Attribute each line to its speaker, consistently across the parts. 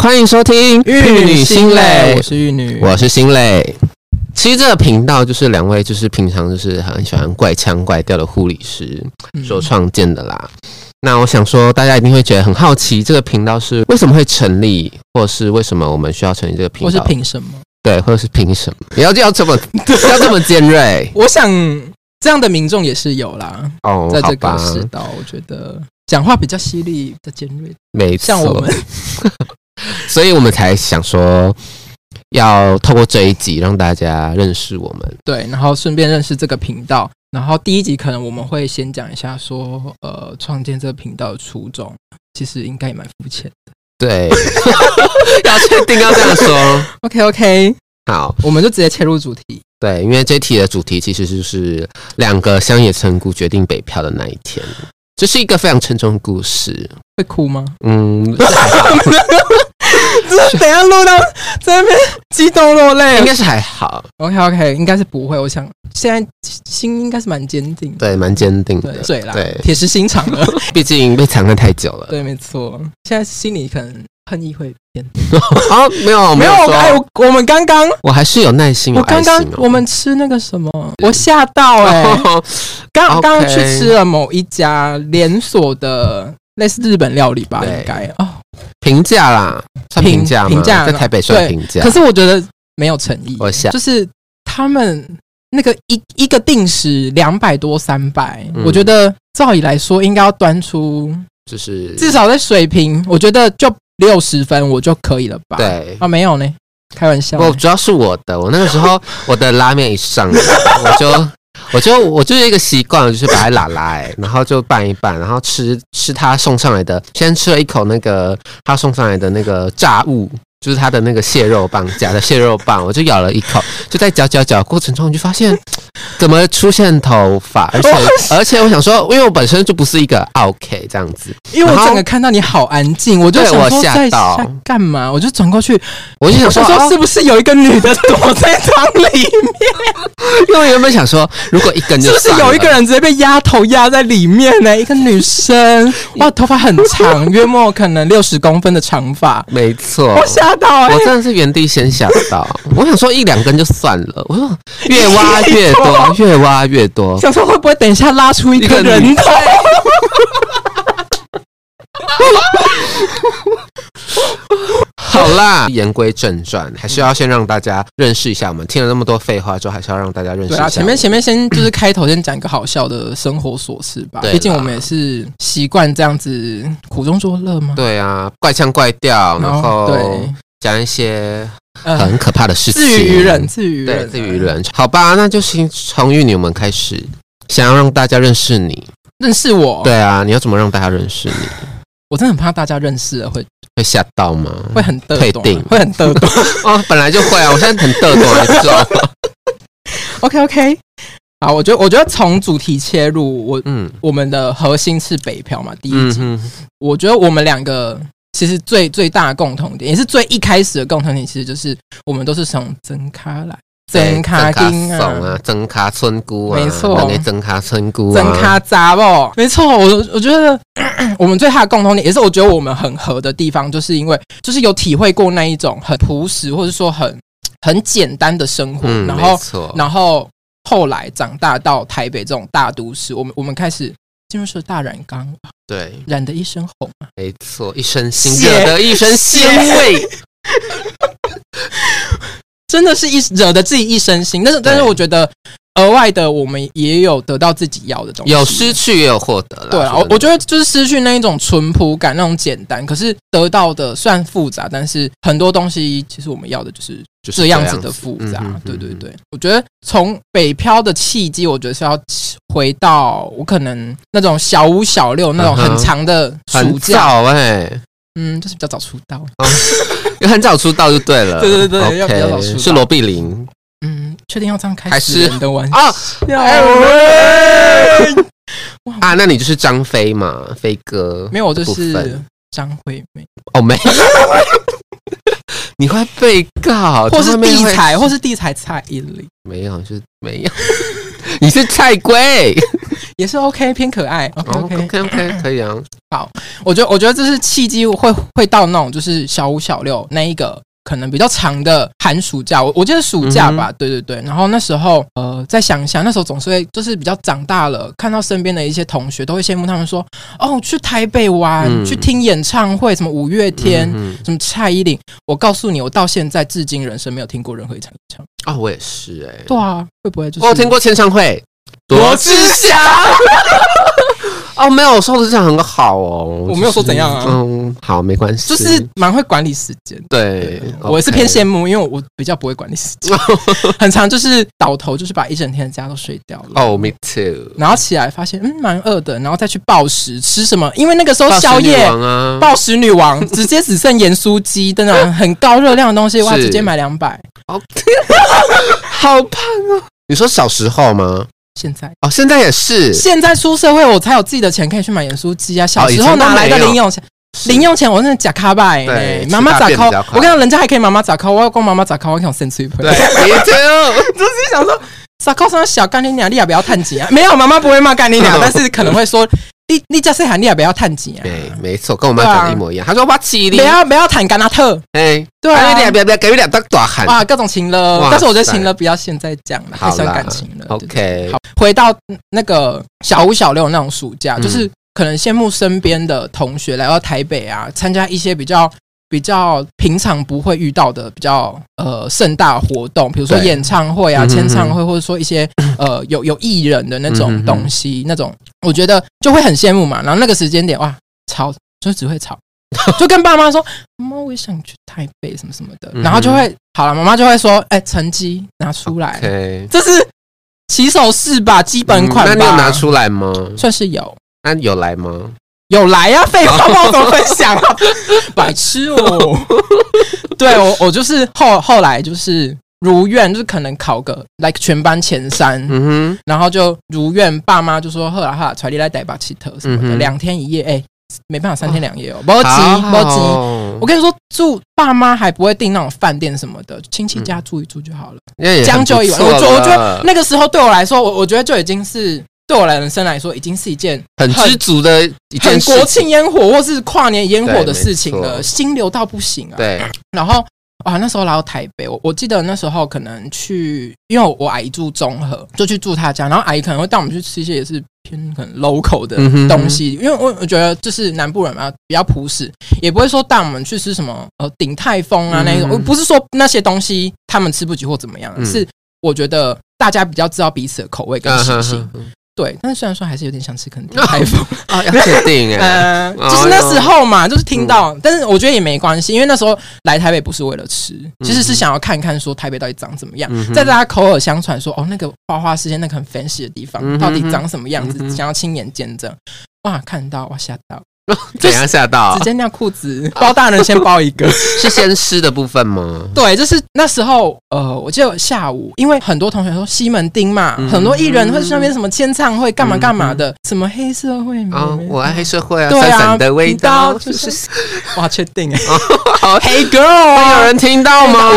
Speaker 1: 欢迎收听《
Speaker 2: 心累，我是玉女，
Speaker 1: 我是心累。其实这个频道就是两位，就是平常就是很喜欢怪腔怪调的护理师
Speaker 2: 嗯
Speaker 1: 所创建的啦。那我想说，大家一定会觉得很好奇，这个频道是为什么会成立，或是为什么我们需要成立这个频
Speaker 2: 我是
Speaker 1: 道？
Speaker 2: 凭什么？
Speaker 1: 对，或者是凭什么？你要要这么 要这么尖锐
Speaker 2: 我想这样的民众也是有啦，
Speaker 1: 哦？
Speaker 2: 在
Speaker 1: 好
Speaker 2: 这
Speaker 1: 吧
Speaker 2: 个，世道，我觉得讲话比较犀利、比较尖锐，
Speaker 1: 没错，
Speaker 2: 像我们，
Speaker 1: 所以我们才想说要透过这一集让大家认识我们。
Speaker 2: 对，然后顺便认识这个频道。然后第一集可能我们会先讲一下说，呃，创建这个频道的初衷，其实应该也蛮肤浅。
Speaker 1: 对，要确定要这样说。
Speaker 2: OK OK，
Speaker 1: 好，
Speaker 2: 我们就直接切入主题。
Speaker 1: 对，因为这题的主题其实就是两个乡野村姑决定北漂的那一天，这是一个非常沉重的故事。
Speaker 2: 会 哭吗？
Speaker 1: 嗯，
Speaker 2: 这等一下录到在那边激动落泪
Speaker 1: 应该是还好，
Speaker 2: OK OK，应该是不会。我想现在心应该是蛮坚定的，
Speaker 1: 对，蛮坚定
Speaker 2: 对
Speaker 1: 的。
Speaker 2: 对啦，
Speaker 1: 对，
Speaker 2: 铁石心肠 了。
Speaker 1: 毕竟被藏得太久 了。
Speaker 2: 对，没错。现在心里可能恨意会变。
Speaker 1: 哦，没有 没有
Speaker 2: 我哎，
Speaker 1: 说，
Speaker 2: 我我们刚刚
Speaker 1: 我还是有耐心，
Speaker 2: 我
Speaker 1: 有爱
Speaker 2: 刚
Speaker 1: 心
Speaker 2: 刚
Speaker 1: 哦
Speaker 2: 我们吃那个什么，我吓到哎、
Speaker 1: 哦
Speaker 2: 刚
Speaker 1: OK
Speaker 2: 刚去吃了某一家连锁的类似日本料理吧，
Speaker 1: 对
Speaker 2: 应该哦。
Speaker 1: 评价啦，算
Speaker 2: 评
Speaker 1: 评价吗
Speaker 2: 评价
Speaker 1: 在台北算
Speaker 2: 对
Speaker 1: 评价
Speaker 2: 可。是我觉得没有诚意
Speaker 1: 我，吓
Speaker 2: 就是他们那个一一个定时两百多三百、
Speaker 1: 嗯
Speaker 2: 0我觉得照理来说应该要端出
Speaker 1: 就是
Speaker 2: 至少在水平，我觉得就六十分我就可以了吧？
Speaker 1: 对。
Speaker 2: 啊，没有呢，开玩笑。
Speaker 1: 我主要是我的，我那个时候 我的拉面一上来，我就我就我就是一个习惯，就是把它拉拉、欸，然后就拌一拌，然后吃吃他送上来的，先吃了一口那个他送上来的那个炸物。就是他的那个蟹肉棒夹的蟹肉棒，我就咬了一口，就在嚼嚼嚼过程中，我就发现 怎么出现头发，而且 而且我想说，因为我本身就不是一个 OK 这样子，
Speaker 2: 因为我
Speaker 1: 然后
Speaker 2: 整个看到你好安静，我就
Speaker 1: 对
Speaker 2: 想
Speaker 1: 我
Speaker 2: 说
Speaker 1: 吓
Speaker 2: 在
Speaker 1: 到
Speaker 2: 在干嘛？我就转过去，
Speaker 1: 我就
Speaker 2: 我
Speaker 1: 想说
Speaker 2: 想，
Speaker 1: 哦
Speaker 2: 说是不是有一个女的躲在窗 里，
Speaker 1: 因为我原本想说，如果一根就是
Speaker 2: 不是
Speaker 1: 算
Speaker 2: 有
Speaker 1: 了
Speaker 2: 一个人直接被压头压在里面呢？一个女生，哇，头发很长，约莫可能六十公分的长发，
Speaker 1: 没错，
Speaker 2: 我吓到哎、
Speaker 1: 我真的是原地先想 到，我想说一两根就算了，我说越挖越 多，越挖越多。
Speaker 2: 想说会不会等一下拉出一
Speaker 1: 一个
Speaker 2: 个人
Speaker 1: 女
Speaker 2: 头？
Speaker 1: 好啦，言归正传，还是要先让大家认识一下我们。听了那么多废话之后，还是要让大家认识一
Speaker 2: 对
Speaker 1: 下我
Speaker 2: 啊，
Speaker 1: 们。
Speaker 2: 前面前面先就是开头先讲一个好笑的生活琐事吧，
Speaker 1: 对啦
Speaker 2: 毕竟我们也是习惯这样子苦中作乐嘛。
Speaker 1: 对啊，怪腔怪调，然后
Speaker 2: 哦对，
Speaker 1: 讲一些
Speaker 2: 呃，
Speaker 1: 很可怕的事情，
Speaker 2: 自娱于人，，啊自娱于
Speaker 1: 对，
Speaker 2: 人，
Speaker 1: 自娱于。人。好吧，那就先从玉女我们开始，想要让大家认识你。
Speaker 2: 认识我，
Speaker 1: 对啊，你要怎么让大家认识你？
Speaker 2: 我真的很怕大家认识了会
Speaker 1: 会吓到吗？
Speaker 2: 会很得
Speaker 1: 嗯退
Speaker 2: 懂
Speaker 1: 订，
Speaker 2: 会很 得懂。
Speaker 1: 哦，本来就会啊，我现在很得懂来 做。
Speaker 2: OK OK，好，我觉得我觉得从主题切入，我
Speaker 1: 嗯
Speaker 2: 我们的核心是北漂嘛，第一
Speaker 1: 嗯
Speaker 2: 集，
Speaker 1: 哼。
Speaker 2: 我觉得我们两个其实最最大的共同点，也是最一开始的共同点，其实就是我们都是从增咖来，增咖丁
Speaker 1: 增
Speaker 2: 啊
Speaker 1: 怂。啊，增咖村姑啊，
Speaker 2: 没错
Speaker 1: 那个增咖村姑啊，
Speaker 2: 真咖杂哦，没错，我我觉得 我们最大的共同点，也是我觉得我们很合的地方，就是因为就是有体会过那一种很朴实，或者说很很简单的生活，
Speaker 1: 嗯，
Speaker 2: 然
Speaker 1: 没
Speaker 2: 后
Speaker 1: 错，
Speaker 2: 然后后来长大到台北这种大都市，我们我们开始进入是大染缸，
Speaker 1: 对，
Speaker 2: 染的一身红，
Speaker 1: 没错，一身腥，
Speaker 2: 血
Speaker 1: 惹得一身腥味，
Speaker 2: 真的是一惹得自己一身腥。但是但是我觉得额外的我们也有得到自己要的东西，
Speaker 1: 有失去也有获得啦。
Speaker 2: 对啊，
Speaker 1: 说
Speaker 2: 我
Speaker 1: 真的
Speaker 2: 我觉得就是失去那一种淳朴感，那种简单，可是得到的虽然复杂，但是很多东西其实我们要的就是
Speaker 1: 就是
Speaker 2: 这样子的复杂。
Speaker 1: 嗯哼
Speaker 2: 对对对，我觉得从北漂的契机，我觉得是要回到我可能那种小五小六那种
Speaker 1: 嗯哼
Speaker 2: 很长的暑
Speaker 1: 很
Speaker 2: 假，
Speaker 1: 早哎，
Speaker 2: 嗯，就是比较早出道，
Speaker 1: 很早出道就对了，
Speaker 2: 对对对对要比较早
Speaker 1: OK，
Speaker 2: 出道
Speaker 1: 是罗碧玲
Speaker 2: 嗯，确定要这样开
Speaker 1: 还
Speaker 2: 始
Speaker 1: 是
Speaker 2: 人的哎玩笑
Speaker 1: 啊
Speaker 2: 喂
Speaker 1: 啊，那你就是张飞嘛，飞哥
Speaker 2: 没有，我就
Speaker 1: 部
Speaker 2: 是
Speaker 1: 分
Speaker 2: 张惠妹，
Speaker 1: 哦没有。你会被告，
Speaker 2: 或
Speaker 1: 张
Speaker 2: 是
Speaker 1: 惠妹
Speaker 2: 地
Speaker 1: 会
Speaker 2: 才，或是地才蔡依林。
Speaker 1: 没有，就是没有。 你是菜龟。
Speaker 2: 也是 OK，偏可爱。OK OK，,
Speaker 1: OK OK，可以啊。
Speaker 2: 我觉得我觉得这是契机会会到那种就是小五小六那一个可能比较长的寒暑假，我我记得暑假吧，
Speaker 1: 嗯
Speaker 2: 对对对。然后那时候呃，在想一下，那时候总是会就是比较长大了，看到身边的一些同学都会羡慕他们说，哦，去台北玩，
Speaker 1: 嗯
Speaker 2: 去听演唱会，什么五月天。
Speaker 1: 嗯
Speaker 2: 什么蔡依林？我告诉你，我到现在至今人生没有听过任何一场演唱会。
Speaker 1: 哦，我也是哎、
Speaker 2: 对啊，会不会就是
Speaker 1: 我有听过签唱会，罗志祥。哦，没有，我说罗志祥很好哦，
Speaker 2: 我没有说怎样啊
Speaker 1: 就是嗯，好，没关系，
Speaker 2: 就是蛮会管理时间的。
Speaker 1: 对，
Speaker 2: 我是偏
Speaker 1: OK
Speaker 2: 羡慕，因为我比较不会管理时 间，很常就是倒头就是把一整天的家都睡掉了。
Speaker 1: 哦、m e too。
Speaker 2: 然后起来发现嗯蛮饿的，然后再去暴食吃什么？因为那个时候
Speaker 1: 暴食
Speaker 2: 宵
Speaker 1: 女
Speaker 2: 夜
Speaker 1: 王啊，
Speaker 2: 暴食女王直接只剩盐酥鸡，真的很高热量的东西，哇，
Speaker 1: 是
Speaker 2: 直接买两百。
Speaker 1: 好胖哦！你说小时候吗？
Speaker 2: 现在
Speaker 1: 哦，现在也是。
Speaker 2: 现在出社会，我才有自己的钱可以去买盐酥鸡啊！小
Speaker 1: 哦以
Speaker 2: 时
Speaker 1: 前
Speaker 2: 候
Speaker 1: 都
Speaker 2: 哪来的
Speaker 1: 没有
Speaker 2: 零用钱？零用钱我真的假卡拜
Speaker 1: 对
Speaker 2: 呢，妈妈
Speaker 1: 吃大
Speaker 2: 咋
Speaker 1: 便
Speaker 2: 扣？
Speaker 1: 比较快
Speaker 2: 我跟你讲，人家还可以妈妈咋扣，我要跟妈妈咋扣，我想生出一盆。
Speaker 1: 对，me too。
Speaker 2: 就是想说，傻高上小干你娘，你也不要探钱啊！没 有，妈妈不会骂干你娘，但是可能会说，你你家是喊你也不要探钱啊，
Speaker 1: 对，没错，跟我妈讲的一模一样。她说我起
Speaker 2: 不
Speaker 1: 立，
Speaker 2: 要不要谈干阿特，
Speaker 1: 哎，
Speaker 2: 对
Speaker 1: 哎你俩
Speaker 2: 啊，
Speaker 1: 不要不要给你俩当短喊。
Speaker 2: 哇，各种情了
Speaker 1: 哇，
Speaker 2: 但是我觉得情了不要现在讲了，还
Speaker 1: 好
Speaker 2: 算
Speaker 1: 啦
Speaker 2: 感情了。对对
Speaker 1: ，OK，
Speaker 2: 好，回到那个小五小六那种暑假，
Speaker 1: 嗯
Speaker 2: 就是可能羡慕身边的同学来到台北啊，参加一些比较。比较平常不会遇到的比较呃盛大活动，比如说
Speaker 1: 对
Speaker 2: 演唱会啊、
Speaker 1: 嗯哼
Speaker 2: 签唱
Speaker 1: 哼
Speaker 2: 会，或者说一些呃有有艺人的那
Speaker 1: 嗯
Speaker 2: 种
Speaker 1: 哼哼
Speaker 2: 东西，那种我觉得就会很羡慕嘛。然后那个时间点哇，吵就只 会吵，就跟爸妈说妈，我也想去台北什么什么
Speaker 1: 嗯
Speaker 2: 的，然后就会好了，妈妈就会说，哎、成绩拿出来，
Speaker 1: ，OK。
Speaker 2: 这是起手式吧，基本款吧。
Speaker 1: 嗯那你有拿出来吗？
Speaker 2: 算是有
Speaker 1: 那有来吗？
Speaker 2: 有来呀、啊， 废话，帮我怎么分 享啊？白痴哦！对我，我就是后后来就是如愿，就是可能考个 like 全班前三，
Speaker 1: 嗯哼，
Speaker 2: 然后就如愿，爸妈就说呵啦哈啦，啊揣你来逮把气特什
Speaker 1: 嗯
Speaker 2: 么的，
Speaker 1: 哼啊
Speaker 2: 两、天一夜，哎、没办法，三天两夜哦，不急
Speaker 1: 好
Speaker 2: 不急。我跟你说，住爸妈还不会订那种饭店什么的，亲戚
Speaker 1: 嗯
Speaker 2: 家住一住就好了。
Speaker 1: 那也
Speaker 2: 将
Speaker 1: 很
Speaker 2: 就
Speaker 1: 不
Speaker 2: 一晚。
Speaker 1: 错
Speaker 2: 我觉我觉得
Speaker 1: 了
Speaker 2: 那个时候对我来说，我我觉得就已经是对我来人生来说，已经是一件
Speaker 1: 很
Speaker 2: 很
Speaker 1: 知足的一
Speaker 2: 很
Speaker 1: 件事
Speaker 2: 国
Speaker 1: 情
Speaker 2: 庆烟火或是跨年烟火的事情
Speaker 1: 对没
Speaker 2: 了，
Speaker 1: 错
Speaker 2: 心流到不行啊。
Speaker 1: 对，
Speaker 2: 然后啊，那时候来到台北，我我记得那时候可能去，因为我阿姨住中和，就去住她家，然后阿姨可能会带我们去吃一些也是偏很 local 的
Speaker 1: 嗯哼
Speaker 2: 东西，因为我我觉得就是南部人嘛比较朴实，也不会说带我们去吃什么呃鼎泰丰啊那一种，
Speaker 1: 嗯
Speaker 2: 我不是说那些东西他们吃不起或怎么样，啊
Speaker 1: 嗯
Speaker 2: 是我觉得大家比较知道彼此的口味跟
Speaker 1: 嗯
Speaker 2: 习
Speaker 1: 哼
Speaker 2: 性，
Speaker 1: 哼哼
Speaker 2: 对，但是虽然说还是有点想吃肯定泰丰。
Speaker 1: 哦，要确定 哎， 嗯
Speaker 2: 呃，
Speaker 1: 哎
Speaker 2: 就是那时候嘛，就是听到，但是我觉得也没关系，因为那时候来台北不是为了吃，其
Speaker 1: 嗯
Speaker 2: 实是想要看看说台北到底长怎么样，
Speaker 1: 嗯哼
Speaker 2: 在大家口耳相传说哦，那个花花世界那个很 fancy 的地方、
Speaker 1: 嗯哼
Speaker 2: 到底长什么样子，
Speaker 1: 嗯哼
Speaker 2: 想要亲眼见证。哇，看到哇吓到，
Speaker 1: 怎样吓到
Speaker 2: 直？接尿裤子，
Speaker 1: 啊
Speaker 2: 包大人先包一 个。
Speaker 1: 是先湿的部分吗？
Speaker 2: 对，就是那时候，呃，我记得下午，因为很多同学说西门町嘛，
Speaker 1: 嗯
Speaker 2: 很多艺人会去那边什么签唱会，干嘛干嘛的，什么黑社会嘛，
Speaker 1: 哦，我爱黑社会啊，
Speaker 2: 嗯对啊
Speaker 1: 闪闪的味道，
Speaker 2: 你知道就是
Speaker 1: 是
Speaker 2: 哇，确定哎、
Speaker 1: 好
Speaker 2: 黑 girl，啊
Speaker 1: 会有人听到 吗？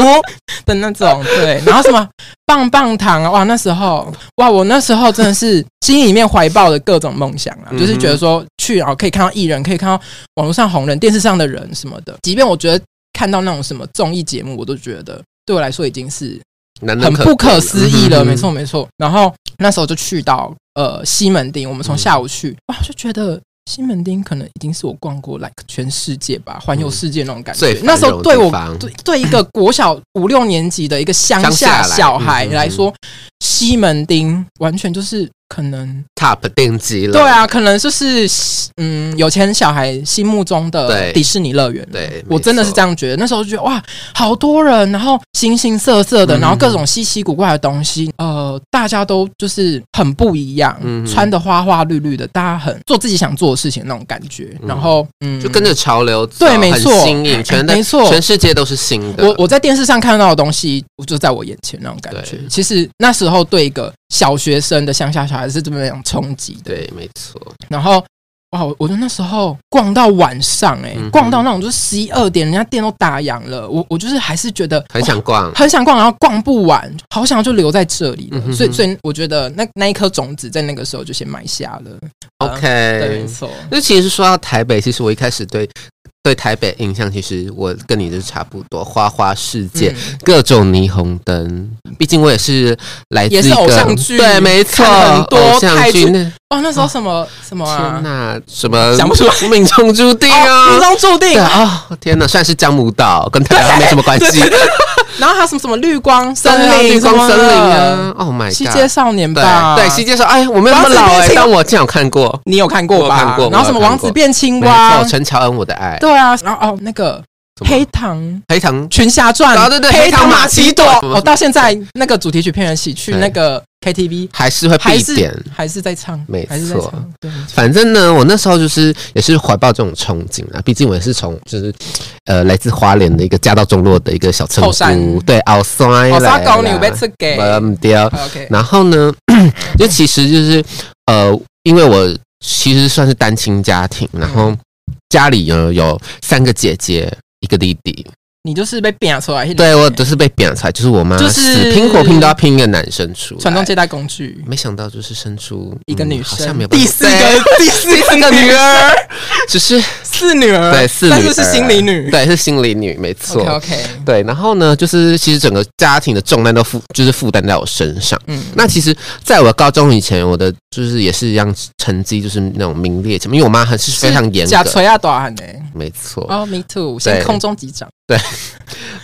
Speaker 2: 的那种，对，然后什么棒棒糖啊，哇，那时候哇，我那时候真的是心里面怀抱的各种梦想啊，
Speaker 1: 嗯哼
Speaker 2: 就是觉得说去然后可以看到艺人，可以看到网络上红人、电视上的人什么的，即便我觉得看到那种什么综艺节目，我都觉得对我来说已经是
Speaker 1: 难能
Speaker 2: 很不可
Speaker 1: 贵
Speaker 2: 思议了，
Speaker 1: 嗯哼
Speaker 2: 没错没错。然后那时候就去到呃西门町，我们
Speaker 1: 嗯
Speaker 2: 从下午去，哇，就觉得。西门町可能已经是我逛过 like 全世界吧，环游世界那种感
Speaker 1: 嗯
Speaker 2: 觉。
Speaker 1: 最繁
Speaker 2: 那时候
Speaker 1: 荣
Speaker 2: 对
Speaker 1: 的地
Speaker 2: 我
Speaker 1: 方
Speaker 2: 对对一个国小五六年级的一个乡
Speaker 1: 乡下
Speaker 2: 下
Speaker 1: 来
Speaker 2: 小孩
Speaker 1: 嗯嗯嗯
Speaker 2: 来说，西门町完全就是可能
Speaker 1: top 定级了，
Speaker 2: 对，啊，可能就是嗯有钱小孩心目中的
Speaker 1: 对
Speaker 2: 迪士尼乐园。
Speaker 1: 对，
Speaker 2: 我真的是这样觉得，那时候就觉得哇，好多人，然后形形色色的，
Speaker 1: 嗯
Speaker 2: 然后各种稀奇古怪的东西，呃，大家都就是很不一样，
Speaker 1: 嗯嗯
Speaker 2: 穿的花花绿绿的，大家很做自己想做的事情那种感觉，然后嗯，
Speaker 1: 没错，就跟着潮流走，
Speaker 2: 对没
Speaker 1: 很
Speaker 2: 错
Speaker 1: 新颖，全的
Speaker 2: 没错
Speaker 1: 全世界都是新的，
Speaker 2: 我我在电视上看到的东西，我就在我眼前那种感觉。
Speaker 1: 对
Speaker 2: 其实那时候对一个小学生的乡下小孩是这么样冲击的。
Speaker 1: 对，没错，
Speaker 2: 然后哇，我我就那时候逛到晚上、欸，哎、
Speaker 1: 嗯哼
Speaker 2: 逛到那种就是十一二点，人家店都打烊了，我我就是还是觉得
Speaker 1: 很想 逛。
Speaker 2: 很想逛，然后逛不完，好想就留在这里了。
Speaker 1: 嗯哼
Speaker 2: 所以，所以我觉得那那一颗种子在那个时候就先埋下了。对，
Speaker 1: OK，
Speaker 2: 没错。
Speaker 1: 那其实说到台北，其实我一开始对对台北印象，其实我跟你就是差不多，花花世界。
Speaker 2: 嗯
Speaker 1: 各种霓虹灯，毕竟我也是来自
Speaker 2: 也是
Speaker 1: 一个
Speaker 2: 偶像剧
Speaker 1: 对，没错，
Speaker 2: 看很多
Speaker 1: 偶像
Speaker 2: 泰
Speaker 1: 剧
Speaker 2: 剧
Speaker 1: 那
Speaker 2: 哦，那时候什么什么啊
Speaker 1: 天？哪，什么
Speaker 2: 想不出
Speaker 1: 来，命中注定
Speaker 2: 哦，
Speaker 1: 啊！
Speaker 2: 命中注定
Speaker 1: 对。啊、哦，天哪，算是江母岛，跟台湾没什么关 系。
Speaker 2: 然后还有什么什么绿光
Speaker 1: 森林，
Speaker 2: 什么
Speaker 1: 光
Speaker 2: 的
Speaker 1: 森林啊！Oh my
Speaker 2: 西街
Speaker 1: god！
Speaker 2: 少年
Speaker 1: 对
Speaker 2: 吧？
Speaker 1: 对，西街说，哎，我没有那么老
Speaker 2: 王
Speaker 1: 哎、
Speaker 2: 子变青
Speaker 1: 但我竟然有看过，
Speaker 2: 你有看过
Speaker 1: 我
Speaker 2: 吧？
Speaker 1: 看过
Speaker 2: 然后什么
Speaker 1: 我有看
Speaker 2: 王子
Speaker 1: 过
Speaker 2: 变青
Speaker 1: 没
Speaker 2: 蛙
Speaker 1: 错，？陈乔恩，我的爱，
Speaker 2: 对啊，然后哦那个
Speaker 1: 什么
Speaker 2: 黑糖。
Speaker 1: 黑糖
Speaker 2: 群侠传，
Speaker 1: 啊对对
Speaker 2: 黑
Speaker 1: 黑糖
Speaker 2: 糖玛
Speaker 1: 玛
Speaker 2: 奇
Speaker 1: 奇
Speaker 2: 朵
Speaker 1: 朵。
Speaker 2: 我到现在那个主题曲骗人喜去
Speaker 1: 对
Speaker 2: 那个 KTV
Speaker 1: 还是会
Speaker 2: 还
Speaker 1: 必
Speaker 2: 是
Speaker 1: 点。
Speaker 2: 还是在唱，
Speaker 1: 没
Speaker 2: 还是在
Speaker 1: 错
Speaker 2: 唱，对，没错
Speaker 1: 反正呢，我那时候就是也是怀抱这种憧憬啊，毕竟我也是从就是呃来自花莲的一个嫁到中落的一个小村
Speaker 2: 后山
Speaker 1: 姑，对，奥塞
Speaker 2: 我杀
Speaker 1: 来
Speaker 2: 哦狗你有被
Speaker 1: 啦
Speaker 2: 吃给哦
Speaker 1: 嗯对啊
Speaker 2: ，OK，
Speaker 1: 然后呢， 就其实就是呃，因为我其实算是单亲家庭，然后家里有有三个姐姐。一个弟弟，
Speaker 2: 你就是被变出来，
Speaker 1: 对我都是被贬出来，就是我妈
Speaker 2: 就是
Speaker 1: 死拼活拼都要拼一个男生出来
Speaker 2: 传宗接代工具，
Speaker 1: 没想到就是生出
Speaker 2: 一个
Speaker 1: 嗯
Speaker 2: 女
Speaker 1: 好像
Speaker 2: 生
Speaker 1: 没有，办
Speaker 2: 第
Speaker 1: 法
Speaker 2: 四个第
Speaker 1: 第 四
Speaker 2: 四
Speaker 1: 个
Speaker 2: 个
Speaker 1: 女
Speaker 2: 女儿，
Speaker 1: 儿，只是
Speaker 2: 四女儿，
Speaker 1: 对四女儿
Speaker 2: 但是是心理女，
Speaker 1: 对是心理女，没错。
Speaker 2: ，OK OK，
Speaker 1: 对，然后呢，就是其实整个家庭的重担都负，就是负担在我身上。
Speaker 2: 嗯，
Speaker 1: 那其实，在我高中以前，我的就是也是一样成绩，就是那种名列前茅，因为我妈还是非常严
Speaker 2: 假
Speaker 1: 格，
Speaker 2: 锤啊，短汉的，
Speaker 1: 没错，
Speaker 2: 哦，Me too，先
Speaker 1: 对
Speaker 2: 空中击掌，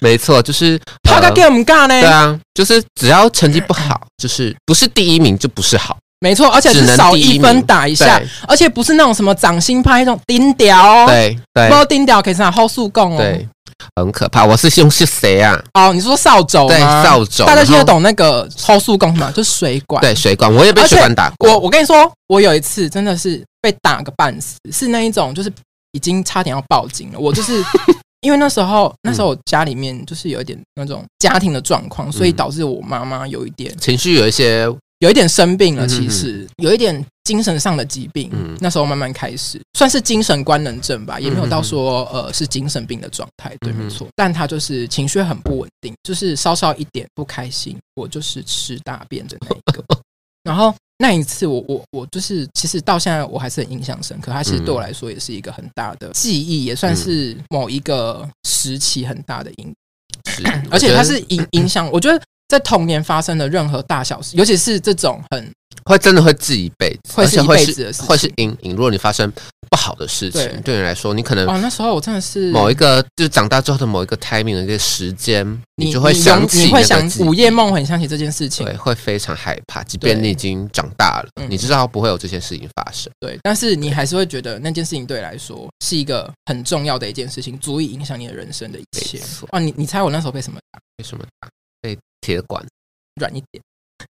Speaker 1: 没错，就是
Speaker 2: 他
Speaker 1: 呃
Speaker 2: 个 g a 尬
Speaker 1: 对
Speaker 2: 呢，
Speaker 1: 啊，就是只要成绩不好，就是不是第一名就不是好，
Speaker 2: 没错，而且
Speaker 1: 只
Speaker 2: 是
Speaker 1: 能
Speaker 2: 少
Speaker 1: 第一
Speaker 2: 一分
Speaker 1: 名
Speaker 2: 打一
Speaker 1: 对
Speaker 2: 下，而且不是那种什么掌心拍那种钉屌，，
Speaker 1: 对对
Speaker 2: 不钉屌可以上 hold 速供哦，
Speaker 1: 对，很可怕。我是用是谁啊？
Speaker 2: 哦，你说扫帚吗
Speaker 1: 对，扫帚，
Speaker 2: 啊大家听得
Speaker 1: 然后
Speaker 2: 懂那个抽速工吗？就是水管。，
Speaker 1: 对水管，我也被
Speaker 2: 而且
Speaker 1: 水管打
Speaker 2: 我
Speaker 1: 过。
Speaker 2: 我跟你说，我有一次真的是被打个半死，是那一种就是已经差点要报警了。我就是 因为那时候那
Speaker 1: 嗯
Speaker 2: 时候我家里面就是有一点那种家庭的状况，
Speaker 1: 嗯
Speaker 2: 所以导致我妈妈有一点
Speaker 1: 情绪有一些
Speaker 2: 有一点生病了，
Speaker 1: 嗯
Speaker 2: 其实有一点精神上的疾病。
Speaker 1: 嗯
Speaker 2: 那时候慢慢开始算是精神官能症吧，也没有
Speaker 1: 嗯
Speaker 2: 到
Speaker 1: 嗯嗯
Speaker 2: 说呃是精神病的状态，对，
Speaker 1: 嗯嗯
Speaker 2: 没错。但他就是情绪很不稳定，就是稍稍一点不开心，我就是吃大便的那 一个。然后那一次我，我我就是其实到现在我还是很印象深刻，它其实
Speaker 1: 嗯
Speaker 2: 对我来说也是一个很大的记忆，也算是某一个时期很大的影
Speaker 1: 是
Speaker 2: 而且
Speaker 1: 我觉
Speaker 2: 它
Speaker 1: 得
Speaker 2: 是影影响，我觉得在童年发生的任何大小事，尤其是这种很
Speaker 1: 会真的会记一辈子，
Speaker 2: 会
Speaker 1: 而
Speaker 2: 是
Speaker 1: 且
Speaker 2: 一
Speaker 1: 会
Speaker 2: 辈
Speaker 1: 是
Speaker 2: 子的事情
Speaker 1: 会是阴影。如果你发生不好的事情，
Speaker 2: 对
Speaker 1: 对你来说，你可能
Speaker 2: 哦，那时候我真的是
Speaker 1: 某一
Speaker 2: 个
Speaker 1: 个就是长大之后的某一个 timing 的一个时间，
Speaker 2: 你
Speaker 1: 就会
Speaker 2: 你
Speaker 1: 想
Speaker 2: 永
Speaker 1: 起
Speaker 2: 你会
Speaker 1: 那个
Speaker 2: 想
Speaker 1: 记忆
Speaker 2: 午夜，梦回想起这件事情，
Speaker 1: 对，会非常害怕。即
Speaker 2: 对
Speaker 1: 便你已经长大了，
Speaker 2: 嗯
Speaker 1: 你知道不会有这些事情发生。
Speaker 2: 对，但是你还是会觉得那件事情对你来说是一个很重要的一件事情，足以影响你的人生的一切
Speaker 1: 没错。
Speaker 2: 哦，你你猜我那时候被什么
Speaker 1: 为什么打被铁管？
Speaker 2: 软一点？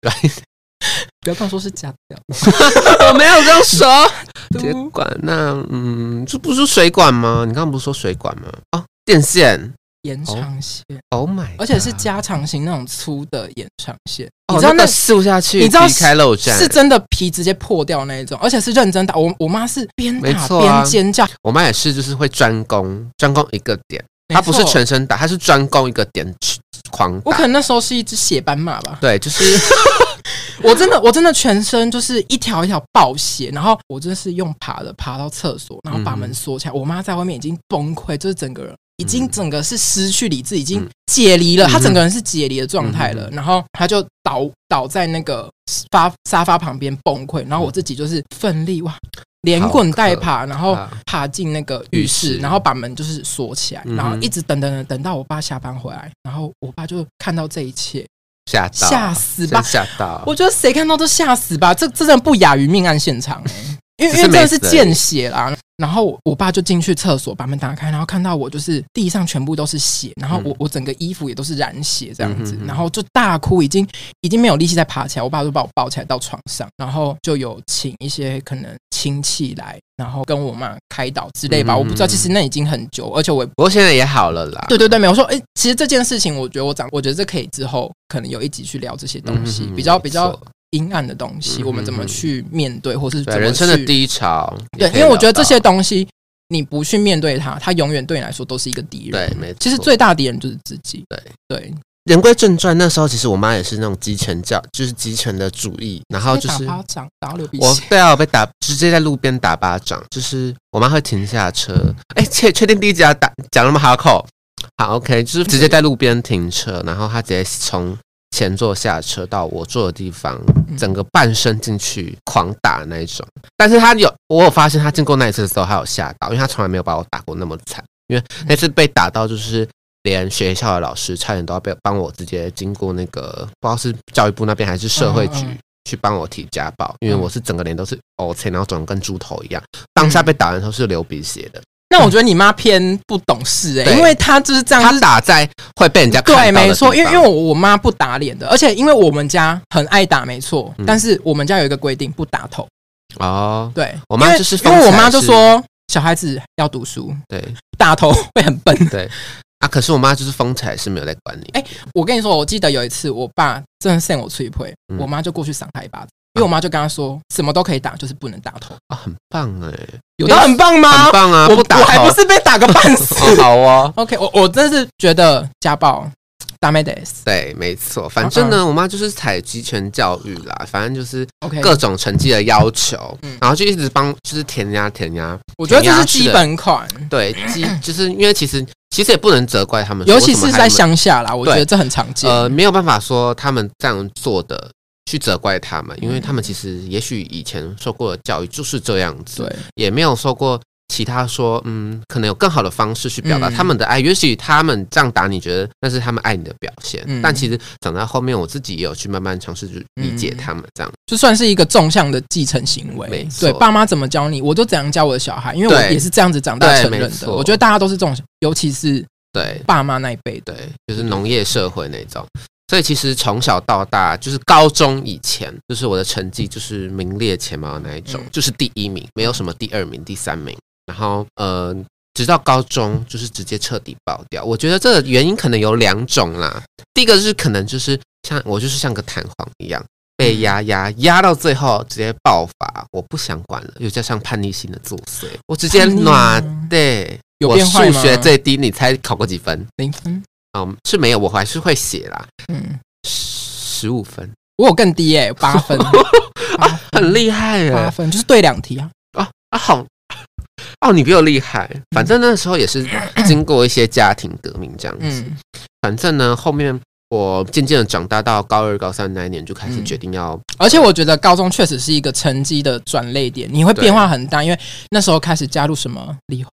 Speaker 1: 软一点
Speaker 2: 不要跟我说是假的，
Speaker 1: 我哦没有这样 说。铁管那嗯，这不是水管吗？你刚刚不是说水管吗？哦，电线。
Speaker 2: 延长线，
Speaker 1: Oh my！
Speaker 2: 而且是
Speaker 1: God
Speaker 2: 加长型那种粗的延长线，
Speaker 1: 哦
Speaker 2: 你知道
Speaker 1: 那
Speaker 2: 那
Speaker 1: 个竖下去，
Speaker 2: 你知道
Speaker 1: 皮开肉绽，
Speaker 2: 是真的皮直接破掉那一种，而且是认真打。我我妈是边
Speaker 1: 没
Speaker 2: 打
Speaker 1: 错啊
Speaker 2: 边尖叫，
Speaker 1: 我妈也是，就是会专攻，专攻一个点，
Speaker 2: 没
Speaker 1: 她不是
Speaker 2: 错
Speaker 1: 全身打，她是专攻一个点去狂
Speaker 2: 我可
Speaker 1: 打。
Speaker 2: 能那时候是一只血斑马吧，
Speaker 1: 对， 就是
Speaker 2: 我真的我真的全身就是一条一条爆血，然后我真的是用爬的爬到厕所，然后把门锁起来。我妈在外面已经崩溃，就是整个人已经整个是失去理智，已经
Speaker 1: 嗯
Speaker 2: 解离了，
Speaker 1: 嗯
Speaker 2: 她整个人是解离的状态了。然后她就倒倒在那个沙沙发旁边崩溃，然后我自己就是奋力哇。连滚带爬，然后爬进那个浴
Speaker 1: 浴
Speaker 2: 室，
Speaker 1: 室
Speaker 2: 然后把门就是锁起来，
Speaker 1: 嗯哼
Speaker 2: 然后一直等等等等到我爸下班回来，然后我爸就看到这一切，
Speaker 1: 吓到，
Speaker 2: 吓死吧
Speaker 1: 真！吓到。
Speaker 2: 我觉得谁看到都吓死吧，这这真的不亚于命案现场、欸，因为因
Speaker 1: 只
Speaker 2: 为
Speaker 1: 是没
Speaker 2: 真的是
Speaker 1: 死而已
Speaker 2: 见血啦。然后我我爸就进去厕所，把门打开，然后看到我就是地上全部都是血，然后我、
Speaker 1: 嗯
Speaker 2: 我整个衣服也都是染血这样子，
Speaker 1: 嗯哼哼
Speaker 2: 然后就大哭，已经已经没有力气再爬起来，我爸就把我抱起来到床上，然后就有请一些可能亲戚来，然后跟我妈开导之类吧，
Speaker 1: 嗯哼
Speaker 2: 我不知道，
Speaker 1: 哼
Speaker 2: 其实那已经很久，而且我也
Speaker 1: 不过现在也好了啦。
Speaker 2: 对对对，没有我说，哎、其实这件事情，我觉得我长，我觉得这可以之后可能有一集去聊这些东西，
Speaker 1: 嗯哼哼
Speaker 2: 比较
Speaker 1: 没错
Speaker 2: 比较阴暗的东西，
Speaker 1: 嗯
Speaker 2: 我们怎么去面对，或是怎
Speaker 1: 对啊
Speaker 2: 么
Speaker 1: 人生的
Speaker 2: 去
Speaker 1: 低潮，
Speaker 2: 对，
Speaker 1: 也可
Speaker 2: 因
Speaker 1: 以
Speaker 2: 为我觉得
Speaker 1: 聊到
Speaker 2: 这些东西你不去面对它，它永远对你来说都是一个敌人。
Speaker 1: 对，没错
Speaker 2: 其实最大敌人就是自己。
Speaker 1: 对
Speaker 2: 对，
Speaker 1: 言归正传，那时候其实我妈也是那种极权教，就是极权的主义，然后就是
Speaker 2: 被打巴掌，打到流鼻
Speaker 1: 我
Speaker 2: 血。
Speaker 1: 对啊，我被打，直接在路边打巴掌，就是我妈会停下车，哎、确确定第一集要打讲那么哈口，好 OK，就是直接在路边停车，然后她直接从前座下车到我坐的地方，
Speaker 2: 嗯
Speaker 1: 整个半身进去狂打那一种。但是她有，我有发现她经过那一次的时候，她有吓到，因为她从来没有把我打过那么惨，因为那次被打到就是。连学校的老师差点都要被帮我直接经过那个不知道是教育部那边还是社会局
Speaker 2: 嗯嗯嗯
Speaker 1: 去帮我提家暴，因为
Speaker 2: 嗯
Speaker 1: 我是整个脸都是 O C，然后肿得跟猪头一样。当下被打完的时候是流鼻血的，
Speaker 2: 那我觉得你妈偏不懂事哎、
Speaker 1: 对
Speaker 2: 因为她就是这样，就
Speaker 1: 他
Speaker 2: 是
Speaker 1: 打在会被人家看到
Speaker 2: 对，
Speaker 1: 的
Speaker 2: 没错，
Speaker 1: 地
Speaker 2: 因为因为
Speaker 1: 方
Speaker 2: 我我妈不打脸的，而且因为我们家很爱打，没错，
Speaker 1: 嗯
Speaker 2: 但是我们家有一个规定，不打头。
Speaker 1: 哦，
Speaker 2: 对，
Speaker 1: 我妈
Speaker 2: 因为
Speaker 1: 就是
Speaker 2: 因为我妈就
Speaker 1: 疯起来
Speaker 2: 说小孩子要读书，
Speaker 1: 对
Speaker 2: 打头会很笨。
Speaker 1: 对啊，可是我妈就是风采是没有在管你，
Speaker 2: 哎我跟你说，我记得有一次，我爸真的扇我吹破，
Speaker 1: 嗯
Speaker 2: 我妈就过去赏他一巴掌，因为我妈就跟他说，什么都可以打，就是不能打头。
Speaker 1: 啊，很棒哎，
Speaker 2: 有到很棒吗？
Speaker 1: 很棒啊，
Speaker 2: 我
Speaker 1: 不打
Speaker 2: 我还
Speaker 1: 头
Speaker 2: 不是被打个半 死。
Speaker 1: 哦好哦。
Speaker 2: OK，我我真是觉得家暴打没得死。
Speaker 1: 对，没错，反正
Speaker 2: 嗯
Speaker 1: 呢，我妈就是采集权教育啦，反正就是
Speaker 2: OK，
Speaker 1: 各种成绩的要求
Speaker 2: 嗯，
Speaker 1: 然后就一直帮，就是填呀填呀，
Speaker 2: 我觉得这是基本款，
Speaker 1: 对，基就是因为其实其实也不能责怪他们说，
Speaker 2: 尤其
Speaker 1: 为什么
Speaker 2: 是
Speaker 1: 还
Speaker 2: 在
Speaker 1: 没
Speaker 2: 乡下啦，我觉得这很常见。
Speaker 1: 呃，没有办法说他们这样做的去责怪他们，因为他们其实也许以前受过的教育就是这样子，
Speaker 2: 对，
Speaker 1: 也没有受过其他说，嗯，可能有更好的方式去表达
Speaker 2: 嗯
Speaker 1: 他们的爱。也许他们这样打你，觉得那是他们爱你的表现，
Speaker 2: 嗯
Speaker 1: 但其实长到后面，我自己也有去慢慢尝试去理
Speaker 2: 嗯
Speaker 1: 解他们这样。
Speaker 2: 就算是一个纵向的继承行
Speaker 1: 没
Speaker 2: 为。
Speaker 1: 错
Speaker 2: 对，爸妈怎么教你，我就怎样教我的小孩，因为我
Speaker 1: 对
Speaker 2: 也是这样子长大
Speaker 1: 对
Speaker 2: 成
Speaker 1: 没
Speaker 2: 人的。
Speaker 1: 错
Speaker 2: 我觉得大家都是这种，尤其是
Speaker 1: 对
Speaker 2: 爸妈那一辈的。
Speaker 1: 对，就是农业社会那种。所以其实从小到大，就是高中以前，就是我的成绩就是名列前茅的那一种，
Speaker 2: 嗯
Speaker 1: 就是第一名，没有什么第二名、第三名。然后呃，直到高中就是直接彻底爆掉。我觉得这个原因可能有两种啦，第一个就是可能就是像我就是像个弹簧一样。被
Speaker 2: 嗯
Speaker 1: 压压压到最后直接爆发，我不想管了，又加上叛逆心的作祟，我直接
Speaker 2: 叛逆吗
Speaker 1: 暖对，
Speaker 2: 有
Speaker 1: 我
Speaker 2: 变坏
Speaker 1: 数
Speaker 2: 吗
Speaker 1: 学最低，你猜考过几分？
Speaker 2: 零分，
Speaker 1: 嗯，是没有，我还是会写啦，
Speaker 2: 嗯，
Speaker 1: 十五分，
Speaker 2: 我有更低耶、八 分，
Speaker 1: 很厉害耶！
Speaker 2: 八分就是对两题啊。
Speaker 1: 啊，好，哦，你比我厉害。反正那时候也是经过一些家庭革命这样子。
Speaker 2: 嗯
Speaker 1: 反正呢，后面我渐渐的长大，到高二、高三那一年就开始
Speaker 2: 嗯
Speaker 1: 决定要，
Speaker 2: 而且我觉得高中确实是一个成绩的转类点，你会变化很大，因为那时候开始加入什么理化，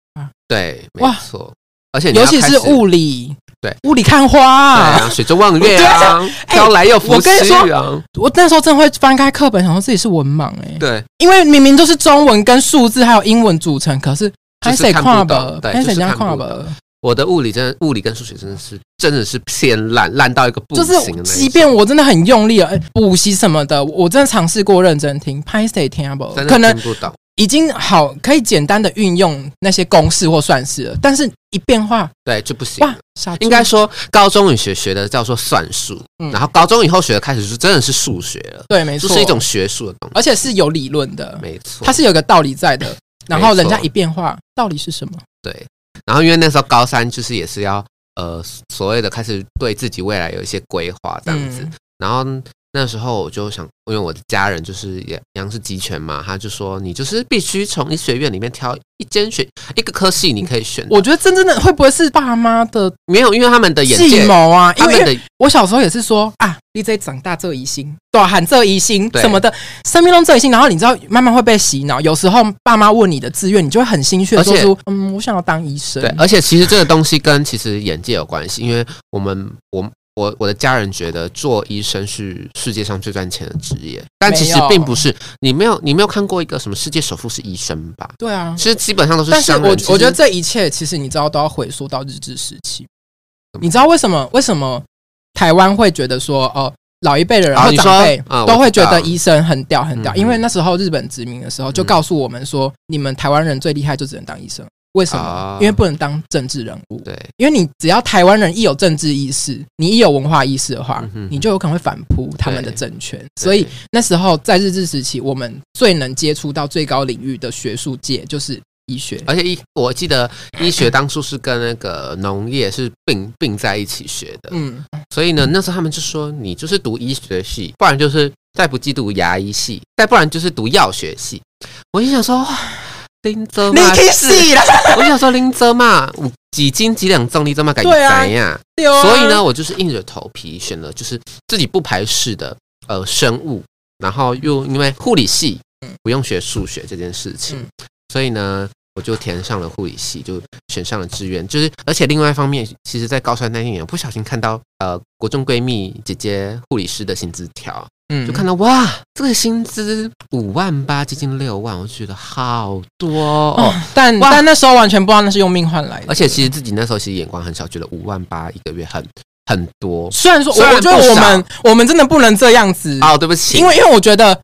Speaker 1: 对，没
Speaker 2: 哇
Speaker 1: 错，而且你要
Speaker 2: 尤其
Speaker 1: 开
Speaker 2: 是
Speaker 1: 始
Speaker 2: 物理，
Speaker 1: 对，
Speaker 2: 物理看花啊、
Speaker 1: 对啊，水中望月 啊，
Speaker 2: 哎
Speaker 1: 飘来又浮
Speaker 2: 我跟你
Speaker 1: 去
Speaker 2: 说
Speaker 1: 啊，
Speaker 2: 我那时候真的会翻开课本，想说自己是文盲哎、
Speaker 1: 对，
Speaker 2: 因为明明就是中文跟数字还有英文组成，可是
Speaker 1: 就
Speaker 2: 还
Speaker 1: 是
Speaker 2: 谁
Speaker 1: 看
Speaker 2: 跨
Speaker 1: 不懂
Speaker 2: 本，
Speaker 1: 对
Speaker 2: 还谁
Speaker 1: 就是
Speaker 2: 家
Speaker 1: 看
Speaker 2: 跨
Speaker 1: 不
Speaker 2: 本，
Speaker 1: 我的物理真的，物理跟数学真的是真的是偏烂，烂到一个不
Speaker 2: 就
Speaker 1: 行的那一种
Speaker 2: 是即便我真的很用力了，哎补习什么的，我真的尝试过认真听，拍谁听啊不懂，
Speaker 1: 真的
Speaker 2: 可能
Speaker 1: 听不懂，
Speaker 2: 已经好可以简单的运用那些公式或算式了，但是一变化，
Speaker 1: 对，就不行。
Speaker 2: 哇，傻猪
Speaker 1: 应该说，高中以学学的叫做算术，
Speaker 2: 嗯
Speaker 1: 然后高中以后学的开始就真的是数学了，
Speaker 2: 对，没
Speaker 1: 这
Speaker 2: 错，
Speaker 1: 是一种，学术的东西，
Speaker 2: 而且是有理论的，
Speaker 1: 没错。
Speaker 2: 它是有个道理在的。然后
Speaker 1: 没
Speaker 2: 人
Speaker 1: 错
Speaker 2: 家一变化，道理是什么？
Speaker 1: 对，然后因为那时候高三就是也是要呃所谓的开始对自己未来有一些规划这样子，
Speaker 2: 嗯
Speaker 1: 然后那时候我就想，因为我的家人就是也一样是集权嘛，他就说你就是必须从医学院里面挑一间学一个科系你可以选，
Speaker 2: 我觉得真正的会不会是爸妈的
Speaker 1: 没有，因为他们的眼
Speaker 2: 计
Speaker 1: 界，
Speaker 2: 谋啊？因
Speaker 1: 他
Speaker 2: 为
Speaker 1: 们的
Speaker 2: 我小时候也是说啊，DJ 长大这疑心，对、啊，喊这疑心
Speaker 1: 对
Speaker 2: 什么的，生命中这疑心，然后你知道慢慢会被洗脑。有时候爸妈问你的志愿，你就会很心虚
Speaker 1: 而
Speaker 2: 的
Speaker 1: 且
Speaker 2: 说出，嗯，我想要当医生。
Speaker 1: 对，而且其实这个东西跟其实眼界有关系，因为我们我我我的家人觉得做医生是世界上最赚钱的职业，但其实
Speaker 2: 没有
Speaker 1: 并不是。你没有你没有看过一个什么世界首富是医生吧？
Speaker 2: 对啊
Speaker 1: 其。实基本上都是
Speaker 2: 但是
Speaker 1: 商人。
Speaker 2: 我
Speaker 1: 其实
Speaker 2: 我觉得这一切其实你知道都要回溯到日治时期。
Speaker 1: 嗯
Speaker 2: 你知道为什么为什么台湾会觉得说哦，老一辈的人
Speaker 1: 啊
Speaker 2: 或
Speaker 1: 你说
Speaker 2: 长辈
Speaker 1: 啊我
Speaker 2: 都会
Speaker 1: 知
Speaker 2: 觉
Speaker 1: 道
Speaker 2: 得医生很屌很
Speaker 1: 嗯，
Speaker 2: 屌
Speaker 1: 嗯嗯
Speaker 2: 因为那时候日本殖民的时候就告诉我们说，你们台湾人最厉害就只能当医生。为什么？
Speaker 1: 啊
Speaker 2: 因为不能当政治人物。
Speaker 1: 对，
Speaker 2: 因为你只要台湾人一有政治意识，你一有文化意识的话
Speaker 1: 嗯，哼
Speaker 2: 你就有可能会反扑他们的政权。所以
Speaker 1: 对
Speaker 2: 那时候在日治时期，我们最能接触到最高领域的学术界就是医学。
Speaker 1: 而且医，我记得医学当初是跟那个农业是并并在一起学的，
Speaker 2: 嗯，
Speaker 1: 所以呢，那时候他们就说你就是读医学系，不然就是再不济读牙医系，再不然就是读药学系。我就想说，哇，林泽嘛，
Speaker 2: 死了，
Speaker 1: 我就想说林泽嘛，有几斤几两重，你怎么敢
Speaker 2: 对啊
Speaker 1: 怎样？
Speaker 2: 对啊
Speaker 1: 所以呢，，我就是硬着头皮选了，就是自己不排斥的呃生物，然后又因为护理系不用学数学这件事情，
Speaker 2: 嗯
Speaker 1: 所以呢，我就填上了护理系，就选上了志愿。就是而且另外一方面，其实在高三那一年，我不小心看到呃国中闺蜜姐姐护理师的薪资条，
Speaker 2: 嗯
Speaker 1: 就看到哇，这个薪资五万八，接近六万，我就觉得好多哦。
Speaker 2: 但
Speaker 1: 哇
Speaker 2: 但那时候完全不知道那是用命换来的。
Speaker 1: 而且其实自己那时候其实眼光很小，觉得五万八一个月很很多。
Speaker 2: 虽然说，我
Speaker 1: 虽然
Speaker 2: 我觉得
Speaker 1: 不
Speaker 2: 我
Speaker 1: 少
Speaker 2: 们我们真的不能这样子，
Speaker 1: 哦，对不起，
Speaker 2: 因为因为我觉得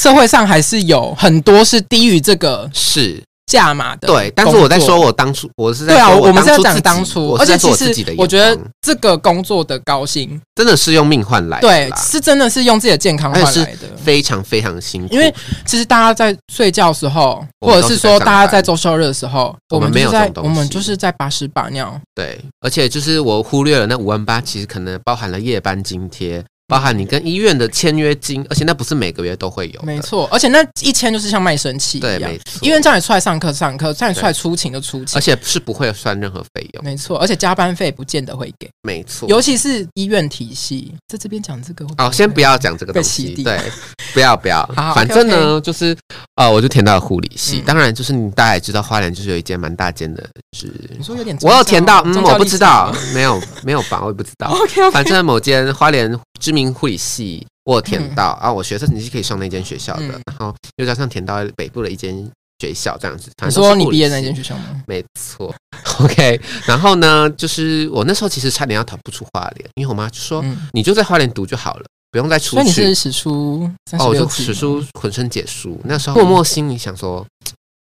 Speaker 2: 社会上还是有很多是低于这个
Speaker 1: 是
Speaker 2: 价码的。
Speaker 1: 对，但是我在
Speaker 2: 工作
Speaker 1: 说我当初，我是在
Speaker 2: 对啊，
Speaker 1: 说
Speaker 2: 我们是要
Speaker 1: 当初
Speaker 2: 讲当
Speaker 1: 自己
Speaker 2: 初，
Speaker 1: 我
Speaker 2: 而
Speaker 1: 是
Speaker 2: 且
Speaker 1: 在说
Speaker 2: 其
Speaker 1: 我自己
Speaker 2: 实
Speaker 1: 的眼
Speaker 2: 我觉得
Speaker 1: 光
Speaker 2: 这个工作的高薪，
Speaker 1: 真的是用命换来的
Speaker 2: 对，
Speaker 1: 哎啦，
Speaker 2: 是真的是用自己的健康换
Speaker 1: 而且是
Speaker 2: 来的。
Speaker 1: 非常非常辛苦，
Speaker 2: 因为其实大家在睡觉的时候，
Speaker 1: 我
Speaker 2: 或
Speaker 1: 们都
Speaker 2: 者是
Speaker 1: 是在
Speaker 2: 说
Speaker 1: 上
Speaker 2: 大家在
Speaker 1: 班
Speaker 2: 周休日的时候，
Speaker 1: 我
Speaker 2: 我
Speaker 1: 们
Speaker 2: 们
Speaker 1: 没
Speaker 2: 就
Speaker 1: 有
Speaker 2: 在
Speaker 1: 这种东
Speaker 2: 我们
Speaker 1: 西
Speaker 2: 就是在把屎把尿。
Speaker 1: 对，而且就是我忽略了那五万八，其实可能包含了夜班津贴，包含你跟医院的签约金，而且那不是每个月都会有的，
Speaker 2: 没错，而且那一千就是像卖身契
Speaker 1: 对，
Speaker 2: 一样
Speaker 1: 没，错，
Speaker 2: 医院叫你出来上课上课，叫你出来
Speaker 1: 对
Speaker 2: 出勤就出
Speaker 1: 而
Speaker 2: 勤。
Speaker 1: 且是不会算任何费用，
Speaker 2: 没错，而且加班费不见得会给，
Speaker 1: 没错，
Speaker 2: 尤其是医院体系，在这边讲这个会
Speaker 1: 哦，先不要讲这个
Speaker 2: 被
Speaker 1: 东
Speaker 2: 洗
Speaker 1: 西，
Speaker 2: 地
Speaker 1: 对，不要不要
Speaker 2: 好，
Speaker 1: 反
Speaker 2: OK，OK
Speaker 1: 正呢就是呃，我就填到了护理系
Speaker 2: 嗯，
Speaker 1: 当然就是你大家也知道，花莲就是有一间蛮大间的，是
Speaker 2: 你说有点宗
Speaker 1: 我
Speaker 2: 教，
Speaker 1: 有填到，嗯，
Speaker 2: 宗教啊
Speaker 1: 我不
Speaker 2: 立
Speaker 1: 知
Speaker 2: 场
Speaker 1: 道
Speaker 2: 吗。，
Speaker 1: 没有没有吧，我也不知道，
Speaker 2: OK OK，
Speaker 1: 反正某间花莲知名护理系。我有填到啊，我学生你是可以上那间学校的，
Speaker 2: 嗯
Speaker 1: 然后又加上填到北部的一间学校这样子。
Speaker 2: 你
Speaker 1: 反正都
Speaker 2: 说
Speaker 1: 是
Speaker 2: 你
Speaker 1: 护理
Speaker 2: 毕业那间
Speaker 1: 系
Speaker 2: 学校吗？
Speaker 1: 没错，OK。然后呢，就是我那时候其实差点要逃不出花莲，因为我妈就说、
Speaker 2: 嗯，
Speaker 1: 你就在花莲读就好了，不用再出
Speaker 2: 所以你
Speaker 1: 去。
Speaker 2: 是史书三
Speaker 1: 哦，
Speaker 2: 十
Speaker 1: 我
Speaker 2: 六
Speaker 1: 就
Speaker 2: 计
Speaker 1: 史
Speaker 2: 吗
Speaker 1: 书浑身解数。那时候默默心里想说，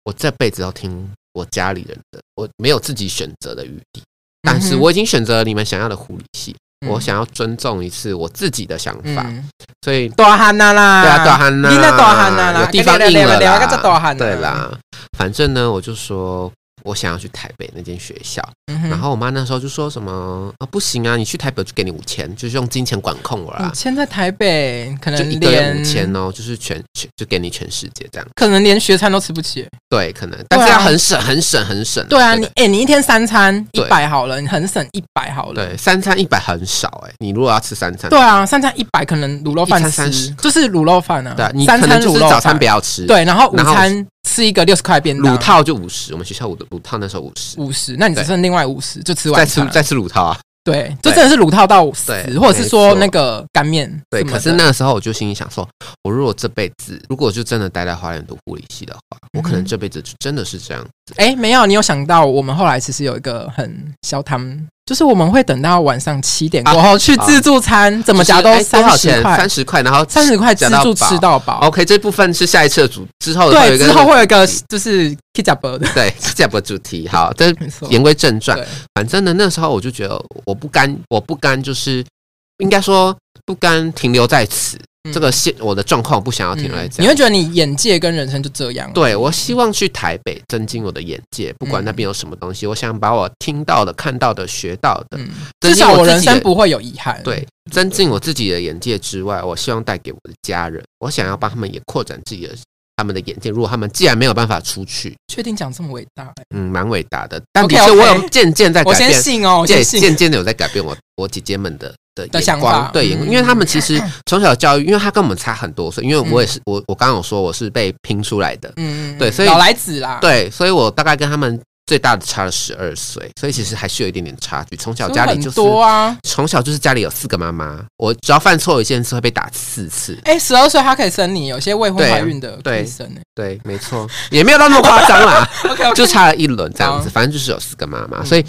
Speaker 1: 我这辈子要听我家里人的，我没有自己选择的余地。但是
Speaker 2: 嗯哼
Speaker 1: 我已经选择了你们想要的护理系，
Speaker 2: 嗯
Speaker 1: 我想要尊重一次我自己的想法，
Speaker 2: 嗯
Speaker 1: 所以。
Speaker 2: 大汉呐啦，
Speaker 1: 对啊，大汉呐，
Speaker 2: 你那大汉呐啦，哎
Speaker 1: 有地方硬了
Speaker 2: 聊
Speaker 1: 啦，
Speaker 2: 个叫大汉，
Speaker 1: 对，啦，反正呢，我就说我想要去台北那间学校，
Speaker 2: 嗯哼
Speaker 1: 然后我妈那时候就说什么啊，不行啊，你去台北我就给你五千，就是用金钱管控我啦
Speaker 2: 五，嗯千在台北可
Speaker 1: 就
Speaker 2: 能
Speaker 1: 一个月
Speaker 2: 连
Speaker 1: 五千哦，就是全全就给你全世界这样。
Speaker 2: 可能连学餐都吃不起。
Speaker 1: 对，可能，但是要很省，很省，很省。
Speaker 2: 啊对啊，
Speaker 1: 对
Speaker 2: 你哎，你一天三餐一
Speaker 1: 对
Speaker 2: 百好了，你很省一百好了。
Speaker 1: 对三餐一百很少哎，你如果要吃三餐，
Speaker 2: 对啊，三餐一百可能卤肉饭
Speaker 1: 一餐
Speaker 2: 吃
Speaker 1: 30
Speaker 2: 就是卤肉饭啊，
Speaker 1: 对啊，你
Speaker 2: 三
Speaker 1: 可能
Speaker 2: 餐
Speaker 1: 就
Speaker 2: 卤
Speaker 1: 是
Speaker 2: 肉
Speaker 1: 早
Speaker 2: 饭
Speaker 1: 餐不要吃，，
Speaker 2: 对，然后午
Speaker 1: 然后
Speaker 2: 餐吃一个六十块便当，
Speaker 1: 乳套就五十，我们学校五的乳套那时候五十，
Speaker 2: 五十，那你只
Speaker 1: 对
Speaker 2: 剩另外五十就吃
Speaker 1: 再
Speaker 2: 晚
Speaker 1: 吃
Speaker 2: 餐了。
Speaker 1: 再吃乳套啊，
Speaker 2: 对，就
Speaker 1: 对
Speaker 2: 真的是卤套到死
Speaker 1: 对，
Speaker 2: 或者是说
Speaker 1: 没错
Speaker 2: 那个干面
Speaker 1: 对。
Speaker 2: 什么的。
Speaker 1: 可是那个时候我就心里想说，我如果这辈子如果就真的待在花莲读护理系的话，我可
Speaker 2: 嗯
Speaker 1: 能
Speaker 2: 哼
Speaker 1: 这辈子就真的是这样。
Speaker 2: 哎，没有，你有想到我们后来其实有一个很小汤，就是我们会等到晚上七
Speaker 1: 啊
Speaker 2: 点过后去自助餐，怎
Speaker 1: 怎
Speaker 2: 么夹都
Speaker 1: 哎多
Speaker 2: 三
Speaker 1: 少
Speaker 2: 十
Speaker 1: 钱？
Speaker 2: 块
Speaker 1: 三，十块，然后
Speaker 2: 三十块自
Speaker 1: 夹到
Speaker 2: 助
Speaker 1: 饱
Speaker 2: 吃到饱。
Speaker 1: OK，这部分是下一次的主之后会有
Speaker 2: 对，
Speaker 1: 一个
Speaker 2: 之后会有一个
Speaker 1: 主题
Speaker 2: 就是 k i t a b 的，
Speaker 1: 对下一个主题。好，但
Speaker 2: 没错，
Speaker 1: 言归正传，
Speaker 2: 对，
Speaker 1: 反正呢，那时候我就觉得我不甘，我不甘，就是应该说不甘停留在此、
Speaker 2: 嗯
Speaker 1: 这个现我的状况，不想要停留在
Speaker 2: 嗯
Speaker 1: 这
Speaker 2: 你
Speaker 1: 样。
Speaker 2: 会觉得你眼界跟人生就这样了。
Speaker 1: 对我希望去台北增进我的眼界，不管
Speaker 2: 嗯
Speaker 1: 那边有什么东西，我想把我听到的、看到的、学到的，
Speaker 2: 嗯，
Speaker 1: 增进
Speaker 2: 至少我
Speaker 1: 自己
Speaker 2: 人生
Speaker 1: 的
Speaker 2: 不会有遗憾。
Speaker 1: 对增进我自己的眼界之外，我希望带给我的家人，我想要帮他们也扩展自己的他们的眼界。如果他们既然没有办法出去，
Speaker 2: 确定讲这么伟大、欸
Speaker 1: 嗯，蛮伟大的。但的
Speaker 2: OK，OK
Speaker 1: 确，我有渐渐在
Speaker 2: 我
Speaker 1: 改
Speaker 2: 先
Speaker 1: 变，
Speaker 2: 信哦，我
Speaker 1: 渐
Speaker 2: 先信。
Speaker 1: 渐渐的有在改变我我姐姐们的的
Speaker 2: 的
Speaker 1: 眼
Speaker 2: 想法
Speaker 1: 光，对，眼
Speaker 2: 嗯
Speaker 1: 光因为他们其实从小教育，因为他跟我们差很多岁，因为我也是我我刚刚有说我是被拼出来的，
Speaker 2: 嗯，嗯
Speaker 1: 对
Speaker 2: 嗯
Speaker 1: 所以
Speaker 2: 老来子啦，，
Speaker 1: 对，所以我大概跟他们最大的差了十二岁，所以其实还是有一点点差距。从小家里就是
Speaker 2: 多啊。
Speaker 1: 从小就是家里有四个妈妈，我只要犯错一件事会被打四次。
Speaker 2: 哎，十二岁他可以生你，有些未婚
Speaker 1: 对
Speaker 2: 怀孕的可以
Speaker 1: 对
Speaker 2: 生欸
Speaker 1: 对，没错，也没有到那么夸张啦，
Speaker 2: OK，
Speaker 1: 就差了一轮这样
Speaker 2: 好
Speaker 1: 子，反正就是有四个妈妈，
Speaker 2: 嗯
Speaker 1: 所以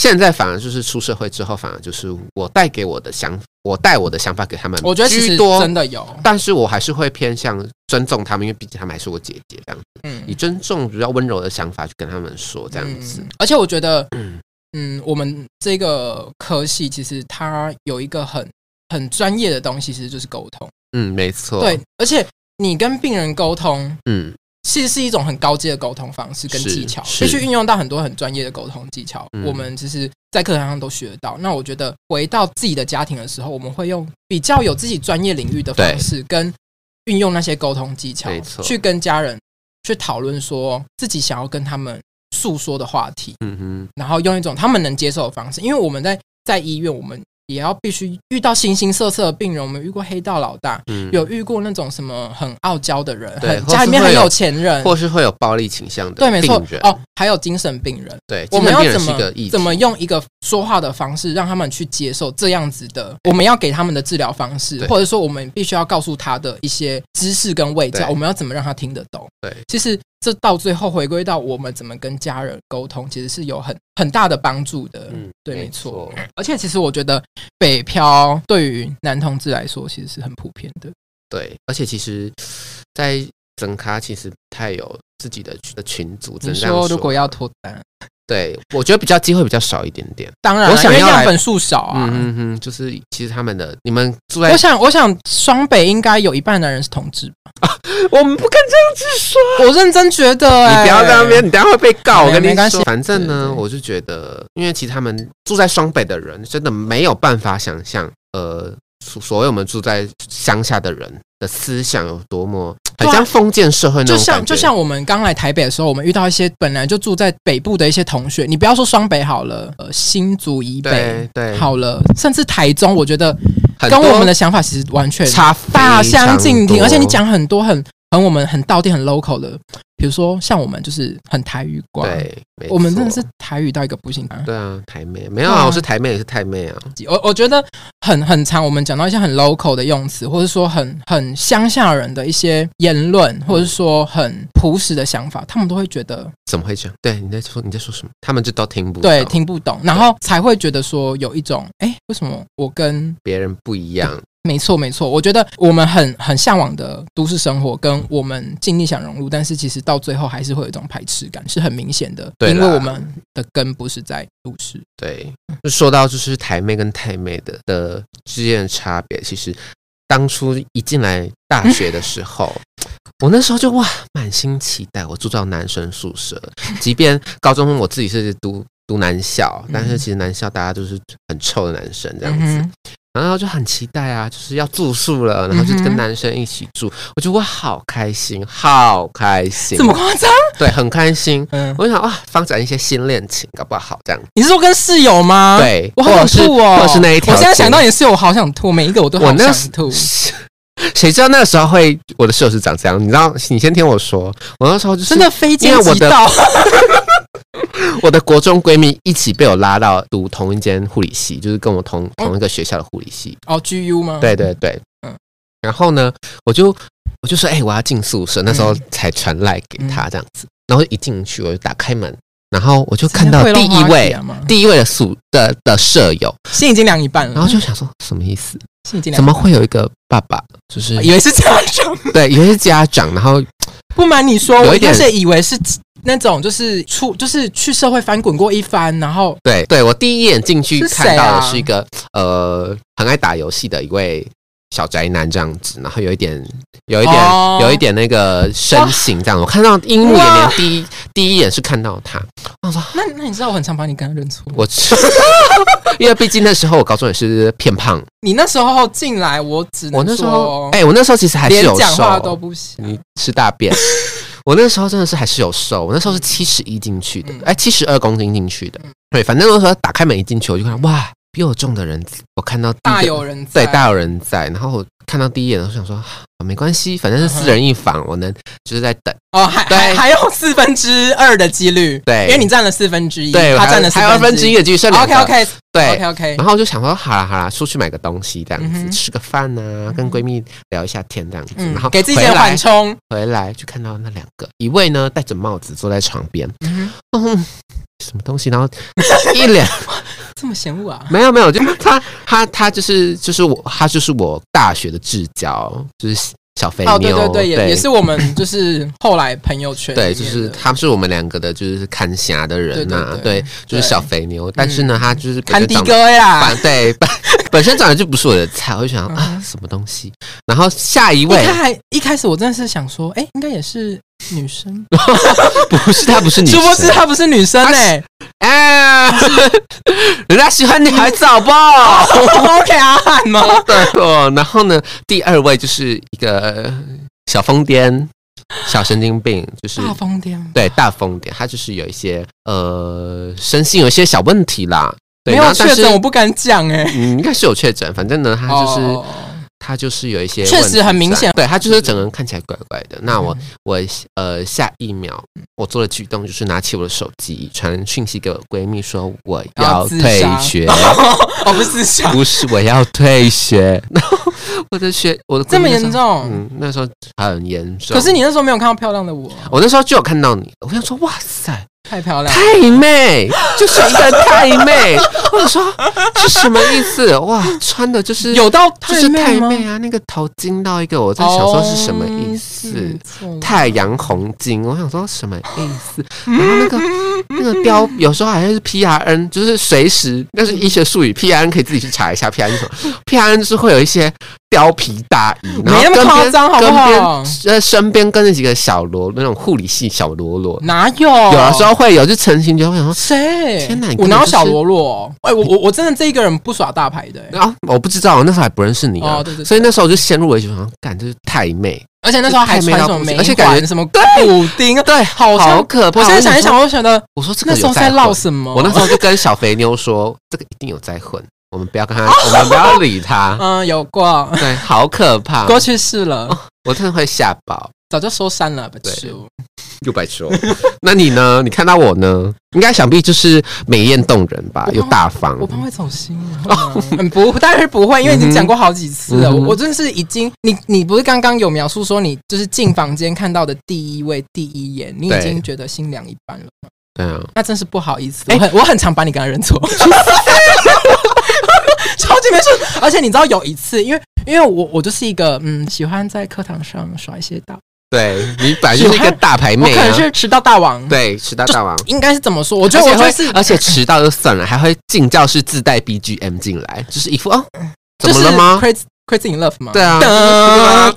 Speaker 1: 现在反而就是出社会之后，反而就是我带给我的想，我带我的想法给他们，
Speaker 2: 我觉得其
Speaker 1: 居
Speaker 2: 实
Speaker 1: 多
Speaker 2: 真的有，
Speaker 1: 但是我还是会偏向尊重他们，因为毕竟他们还是我姐姐，这样以
Speaker 2: 嗯，
Speaker 1: 尊重比较温柔的想法去跟他们说，这样子
Speaker 2: 嗯。而且我觉得，
Speaker 1: 嗯
Speaker 2: 嗯，我们这个科系其实它有一个很很专业的东西，其实就是沟通。
Speaker 1: 嗯，没错。
Speaker 2: 对，，而且你跟病人沟通，
Speaker 1: 嗯
Speaker 2: 其实是一种很高阶的沟通方式跟
Speaker 1: 是
Speaker 2: 技巧，
Speaker 1: 是
Speaker 2: 必须运用到很多很专业的沟通技巧。
Speaker 1: 嗯
Speaker 2: 我们其实，在课堂上都学得到。那我觉得回到自己的家庭的时候，我们会用比较有自己专业领域的方式，跟运用那些沟通技巧
Speaker 1: 没，错
Speaker 2: 去跟家人去讨论说自己想要跟他们诉说的话题，
Speaker 1: 嗯哼，
Speaker 2: 然后用一种他们能接受的方式。因为我们在在医院，我们也要必须遇到形形色色的病人，我们遇过黑道老大，
Speaker 1: 嗯，
Speaker 2: 有遇过那种什么很傲娇的人，
Speaker 1: 对
Speaker 2: 很
Speaker 1: 或是
Speaker 2: 家里面很
Speaker 1: 会有
Speaker 2: 有钱人，
Speaker 1: 或是会有暴力倾向的
Speaker 2: 对，没错
Speaker 1: 病人，
Speaker 2: 哦，还有精神病人，
Speaker 1: 对，
Speaker 2: 我
Speaker 1: 精神
Speaker 2: 们要
Speaker 1: 病人
Speaker 2: 怎
Speaker 1: 是一个
Speaker 2: 么
Speaker 1: 议题，
Speaker 2: 怎么用一个说话的方式让他们去接受这样子的，我们要给他们的治疗方式，
Speaker 1: 对
Speaker 2: 或者说我们必须要告诉他的一些知识跟味教，
Speaker 1: 对
Speaker 2: 我们要怎么让他听得懂？
Speaker 1: 对，
Speaker 2: 其实这到最后回归到我们怎么跟家人沟通，其实是有很很大的帮助的。
Speaker 1: 嗯
Speaker 2: 对，没
Speaker 1: 没
Speaker 2: 错
Speaker 1: 错。
Speaker 2: 而且其实我觉得北漂对于男同志来说其实是很普遍的。
Speaker 1: 对，而且其实，在整咖其实不太有自己的的群组，只
Speaker 2: 你
Speaker 1: 能这样啊
Speaker 2: 说如果要脱单，
Speaker 1: 对，我觉得比较机会比较少一点点。
Speaker 2: 当然啊，
Speaker 1: 我想
Speaker 2: 因为
Speaker 1: 要来
Speaker 2: 样本数少啊。
Speaker 1: 嗯嗯嗯，就是其实他们的你们住在
Speaker 2: 我想，我想双北应该有一半的人是同志吧，
Speaker 1: 我们不敢这样子说，
Speaker 2: 我认真觉得、
Speaker 1: 你
Speaker 2: 哎
Speaker 1: 不要在那边，你等一下会被告。
Speaker 2: 没
Speaker 1: 我跟
Speaker 2: 没
Speaker 1: 你
Speaker 2: 关系
Speaker 1: 说，反正
Speaker 2: 对
Speaker 1: 呢，
Speaker 2: 对
Speaker 1: 我是觉得，因为其实他们住在双北的人，真的没有办法想象，呃，所所谓我们住在乡下的人的思想有多么，
Speaker 2: 对
Speaker 1: 很
Speaker 2: 啊
Speaker 1: 像封建社会那种
Speaker 2: 就
Speaker 1: 感
Speaker 2: 像
Speaker 1: 觉
Speaker 2: 就像我们刚来台北的时候，我们遇到一些本来就住在北部的一些同学，你不要说双北好了，呃，新竹以北
Speaker 1: 对对，
Speaker 2: 好了，甚至台中，我觉得
Speaker 1: 很
Speaker 2: 跟
Speaker 1: 多
Speaker 2: 我们的想法其实完全
Speaker 1: 差
Speaker 2: 大
Speaker 1: 非
Speaker 2: 相
Speaker 1: 常
Speaker 2: 径庭，
Speaker 1: 多
Speaker 2: 而且你讲很多很很我们很道地很 local 的，比如说像我们就是很台语挂，
Speaker 1: 对，没
Speaker 2: 我们真的
Speaker 1: 错
Speaker 2: 是台语到一个不行、啊。
Speaker 1: 对啊，台妹没有
Speaker 2: 对
Speaker 1: 啊，
Speaker 2: 啊
Speaker 1: 我是台妹也是台妹啊，
Speaker 2: 我我觉得很很常，我们讲到一些很 local 的用词，或者说很很乡下人的一些言论，或者说很朴实的想法，他们都会觉得
Speaker 1: 怎么会这样？对，你在说你在说什么？他们就都听不
Speaker 2: 对
Speaker 1: 懂
Speaker 2: 听不懂，然后才会觉得说有一种哎，为什么我跟
Speaker 1: 别人不一样，
Speaker 2: 没错没错，我觉得我们很很向往的都市生活，跟我们尽力想融入，但是其实到最后还是会有一种排斥感，是很明显的，
Speaker 1: 对
Speaker 2: 因
Speaker 1: 啦
Speaker 2: 为我们的根不是在都市。
Speaker 1: 对，
Speaker 2: 嗯
Speaker 1: 就说到就是台妹跟台妹的的之间的差别，其实当初一进来大学的时候， 我那时候就哇满心期待，我住到男生宿舍，即便高中我自己是读读男校，但是
Speaker 2: 嗯
Speaker 1: 其实男校大家就是很臭的男生这样
Speaker 2: 嗯
Speaker 1: 子，
Speaker 2: 哼，
Speaker 1: 然后就很期待啊，就是要住宿了，然后就跟
Speaker 2: 嗯哼
Speaker 1: 男生一起住，我觉得我好开心，好开心，
Speaker 2: 这么夸张？
Speaker 1: 对，很开心。
Speaker 2: 嗯，
Speaker 1: 我想啊，发展一些新恋情，搞不好这样。
Speaker 2: 你是说跟室友吗？。
Speaker 1: 对，
Speaker 2: 我
Speaker 1: 或
Speaker 2: 啊好
Speaker 1: 者是
Speaker 2: 想吐哦！
Speaker 1: 或者是那一条
Speaker 2: 我
Speaker 1: 街。
Speaker 2: 现在想到也是，我好想吐，每一个我都
Speaker 1: 我
Speaker 2: 好
Speaker 1: 那
Speaker 2: 想吐。
Speaker 1: 谁知道那个时候会我的室友是长这样？你知道，你先听我说，我那时候就是
Speaker 2: 真的非
Speaker 1: 因
Speaker 2: 奸
Speaker 1: 为我
Speaker 2: 即
Speaker 1: 的
Speaker 2: 盗，
Speaker 1: 我的国中闺蜜一起被我拉到读同一间护理系，就是跟我同同一个学校的护理系。
Speaker 2: 哦，GU 吗？
Speaker 1: 对对对，
Speaker 2: 嗯
Speaker 1: 嗯。然后呢，我就我就说，哎、我要进宿舍，那时候
Speaker 2: 嗯
Speaker 1: 才传赖给他这样子。然后一进去，我就打开门，然后我就看到
Speaker 2: 真
Speaker 1: 第
Speaker 2: 的会
Speaker 1: 一
Speaker 2: 弄花
Speaker 1: 位
Speaker 2: 姐啊吗
Speaker 1: 第一位的宿的的舍友，
Speaker 2: 心已经凉一半了，
Speaker 1: 然后就想说什么意思？
Speaker 2: 心已
Speaker 1: 怎
Speaker 2: 经凉一
Speaker 1: 么会有一个爸爸？就是
Speaker 2: 半了，以为是家长。
Speaker 1: 对，以为是家长，然后
Speaker 2: 不瞒你说，
Speaker 1: 有
Speaker 2: 我
Speaker 1: 一
Speaker 2: 一开
Speaker 1: 点
Speaker 2: 始以为是那种就是出就是去社会翻滚过一番，然后
Speaker 1: 对对，我第一眼进去
Speaker 2: 是谁
Speaker 1: 看到的
Speaker 2: 啊
Speaker 1: 是一个、呃很爱打游戏的一位小宅男这样子，然后有一点有一点、
Speaker 2: 哦
Speaker 1: 有一点那个身形这样，我看到樱木眼帘
Speaker 2: 哇
Speaker 1: 第一第一眼是看到他，我想说
Speaker 2: 那那你知道我很常把你跟他认错。
Speaker 1: 我 因为毕竟那时候我高中也是偏胖，
Speaker 2: 你那时候进来，我只能
Speaker 1: 我那时候
Speaker 2: 说
Speaker 1: 哎、我那时候其实还是
Speaker 2: 哦连
Speaker 1: 有
Speaker 2: 讲话
Speaker 1: 瘦，
Speaker 2: 都不行。
Speaker 1: 你吃大 便。我那时候真的是还是有瘦，我那时候是七十一进去的
Speaker 2: 嗯，
Speaker 1: 哎、7七十二公斤进去的
Speaker 2: 嗯。
Speaker 1: 对，反正那时候打开门一进去，我就看哇，比我重的人，我看到第一个
Speaker 2: 大有人在，
Speaker 1: 对大有人在。然后我看到第一眼，我就想说啊没关系，反正是四人一房，我能就是在等。
Speaker 2: 哦，还
Speaker 1: 对
Speaker 2: 还还有四分之二的几率，
Speaker 1: 对
Speaker 2: 因为你占了四分之一，
Speaker 1: 对，
Speaker 2: 他占了
Speaker 1: 还有二分之一。的距离，剩两
Speaker 2: OK
Speaker 1: 个。嗯
Speaker 2: OK
Speaker 1: 对
Speaker 2: OK OK，
Speaker 1: 然后我就想说，好啦好啦，出去买个东西这样子，
Speaker 2: 嗯哼
Speaker 1: 吃个饭啊，跟闺蜜聊一下天这样子，然后
Speaker 2: 嗯给自己一
Speaker 1: 回
Speaker 2: 点
Speaker 1: 来
Speaker 2: 缓冲。
Speaker 1: 嗯回来就看到那两个，一位呢戴着帽子坐在床边，
Speaker 2: 嗯哼
Speaker 1: 嗯，什么东西？然后一脸
Speaker 2: 这么嫌恶啊？
Speaker 1: 没有没有，就他他他就是就是我他就是我大学的至交，就是小肥妞，
Speaker 2: 哦，对对对，也也是我们就是后来朋友圈里面
Speaker 1: 对，
Speaker 2: 的
Speaker 1: 就是他是我们两个的就是看侠的人呐、
Speaker 2: 对对对
Speaker 1: 对，
Speaker 2: 嗯
Speaker 1: 就是小肥妞，但是呢，他就是
Speaker 2: 坎迪
Speaker 1: 长得
Speaker 2: 哥呀
Speaker 1: 本，对本
Speaker 2: 啊
Speaker 1: 本身长得就不是我的菜，我就想啊什么东西，然后下一
Speaker 2: 一
Speaker 1: 位
Speaker 2: 开一开始我真的是想说，哎，应该也是女生，
Speaker 1: 不是他不是女
Speaker 2: 殊
Speaker 1: 生，
Speaker 2: 不知她不是女生
Speaker 1: 她是
Speaker 2: 哎
Speaker 1: 哎， 人家喜欢女孩子好不好？
Speaker 2: ，OK 阿汉吗？
Speaker 1: 对哦，然后呢，第二位就是一个小疯癫、小神经病，就是
Speaker 2: 大疯癫吗，
Speaker 1: 对大疯癫，他就是有一些呃身心有一些小问题啦。对
Speaker 2: 没有
Speaker 1: 然后但
Speaker 2: 确
Speaker 1: 是
Speaker 2: 诊我不敢讲哎，
Speaker 1: 嗯，应该是有确诊，反正呢，他就是、
Speaker 2: 哦
Speaker 1: 他就是有一些
Speaker 2: 确实
Speaker 1: 问题
Speaker 2: 很明
Speaker 1: 在
Speaker 2: 显嗯
Speaker 1: 对他就是整个人看起来怪怪的。那我、我呃下一秒我做的举动就是拿起我的手机传讯息给我闺蜜说我要
Speaker 2: 要自杀
Speaker 1: 退学，
Speaker 2: 哦不是想
Speaker 1: 不 是我要退学， 然后我的学我的闺蜜
Speaker 2: 这么
Speaker 1: 那时候
Speaker 2: 严重
Speaker 1: 嗯，啊那时候很严重。
Speaker 2: 哦可是你那时候没有看到漂亮的我，
Speaker 1: 我那时候就有看到你，我想说哇塞。
Speaker 2: 太漂亮了。
Speaker 1: 太妹，就是一个太妹。 我想说是什么意思？哇，穿的就是
Speaker 2: 有到
Speaker 1: 就
Speaker 2: 太
Speaker 1: 是太
Speaker 2: 妹吗？
Speaker 1: 妹啊，那个头巾到一个，我在想说是什么意思？
Speaker 2: 哦
Speaker 1: 太阳红巾，我想说什么意思？然后那个那个标有时候好像是 P R N，就是随时那是医学术语，P R N 可以自己去查一下 P R N 是什么，P R N 是会有一些貂皮大衣，然后
Speaker 2: 没那么
Speaker 1: 跟
Speaker 2: 夸
Speaker 1: 边
Speaker 2: 张好啊不
Speaker 1: 跟边
Speaker 2: 好
Speaker 1: 呃身边跟着几个小罗那种护理系小罗罗，
Speaker 2: 哪有？
Speaker 1: 有的时候会有，就成型就会想说。
Speaker 2: 谁？
Speaker 1: 天哪你根本
Speaker 2: 我哪有
Speaker 1: 就是
Speaker 2: 小罗罗？哎，我我我真的这一个人不耍大牌的欸。
Speaker 1: 啊，我不知道，我那时候还不认识你啊，
Speaker 2: 哦对对对
Speaker 1: 所以那时候我就陷入危机，我想啊干，这是太妹，
Speaker 2: 而且那时候还穿什
Speaker 1: 太妹
Speaker 2: 么梅
Speaker 1: 到不行
Speaker 2: 环，
Speaker 1: 而且感觉
Speaker 2: 什么骨
Speaker 1: 对
Speaker 2: 钉，
Speaker 1: 对，
Speaker 2: 好像
Speaker 1: 好可怕。
Speaker 2: 我现在想一想，
Speaker 1: 我
Speaker 2: 我就
Speaker 1: 就想
Speaker 2: 觉得
Speaker 1: 说，我说这个
Speaker 2: 那时候
Speaker 1: 有
Speaker 2: 在
Speaker 1: 混
Speaker 2: 唠什么？
Speaker 1: 我那时候就跟小肥妞说，这个一定有在混，我们不要跟 他，我们不要理他，
Speaker 2: 嗯有过，
Speaker 1: 对，好可怕，
Speaker 2: 过去式了，
Speaker 1: 我真的会吓爆，
Speaker 2: 早就收山了，不
Speaker 1: 哦对
Speaker 2: 吃。
Speaker 1: 又白说， 那你呢？你看到我呢？应该想必就是美艳动人吧，
Speaker 2: 我
Speaker 1: 又大方
Speaker 2: 我，怕会走心啊， 嗯，不，当然是不会，因为已经讲过好几次了。
Speaker 1: 嗯哼
Speaker 2: 我我真的是已经，你你不是刚刚有描述说你就是进房间看到的第一位第一眼，你已
Speaker 1: 对
Speaker 2: 经觉得心凉一半了，
Speaker 1: 对啊，
Speaker 2: 那真是不好意思。
Speaker 1: 哎
Speaker 2: 我很我很常把你刚刚认错， 超级没事。而且你知道有一次，因为因为我我就是一个嗯喜欢在课堂上耍一些大，
Speaker 1: 对你本来就是一个大牌
Speaker 2: 我
Speaker 1: 妹
Speaker 2: 可能
Speaker 1: 啊，
Speaker 2: 是迟到大王，，
Speaker 1: 对，迟到大王。
Speaker 2: 应该是怎么说？我觉得我
Speaker 1: 而
Speaker 2: 就
Speaker 1: 且
Speaker 2: 是
Speaker 1: 会，而且迟到就算了，还会进教室自带 BGM 进来，就是一副哦，怎么了吗？
Speaker 2: ？Crazy Crazy in Love 吗？
Speaker 1: 对啊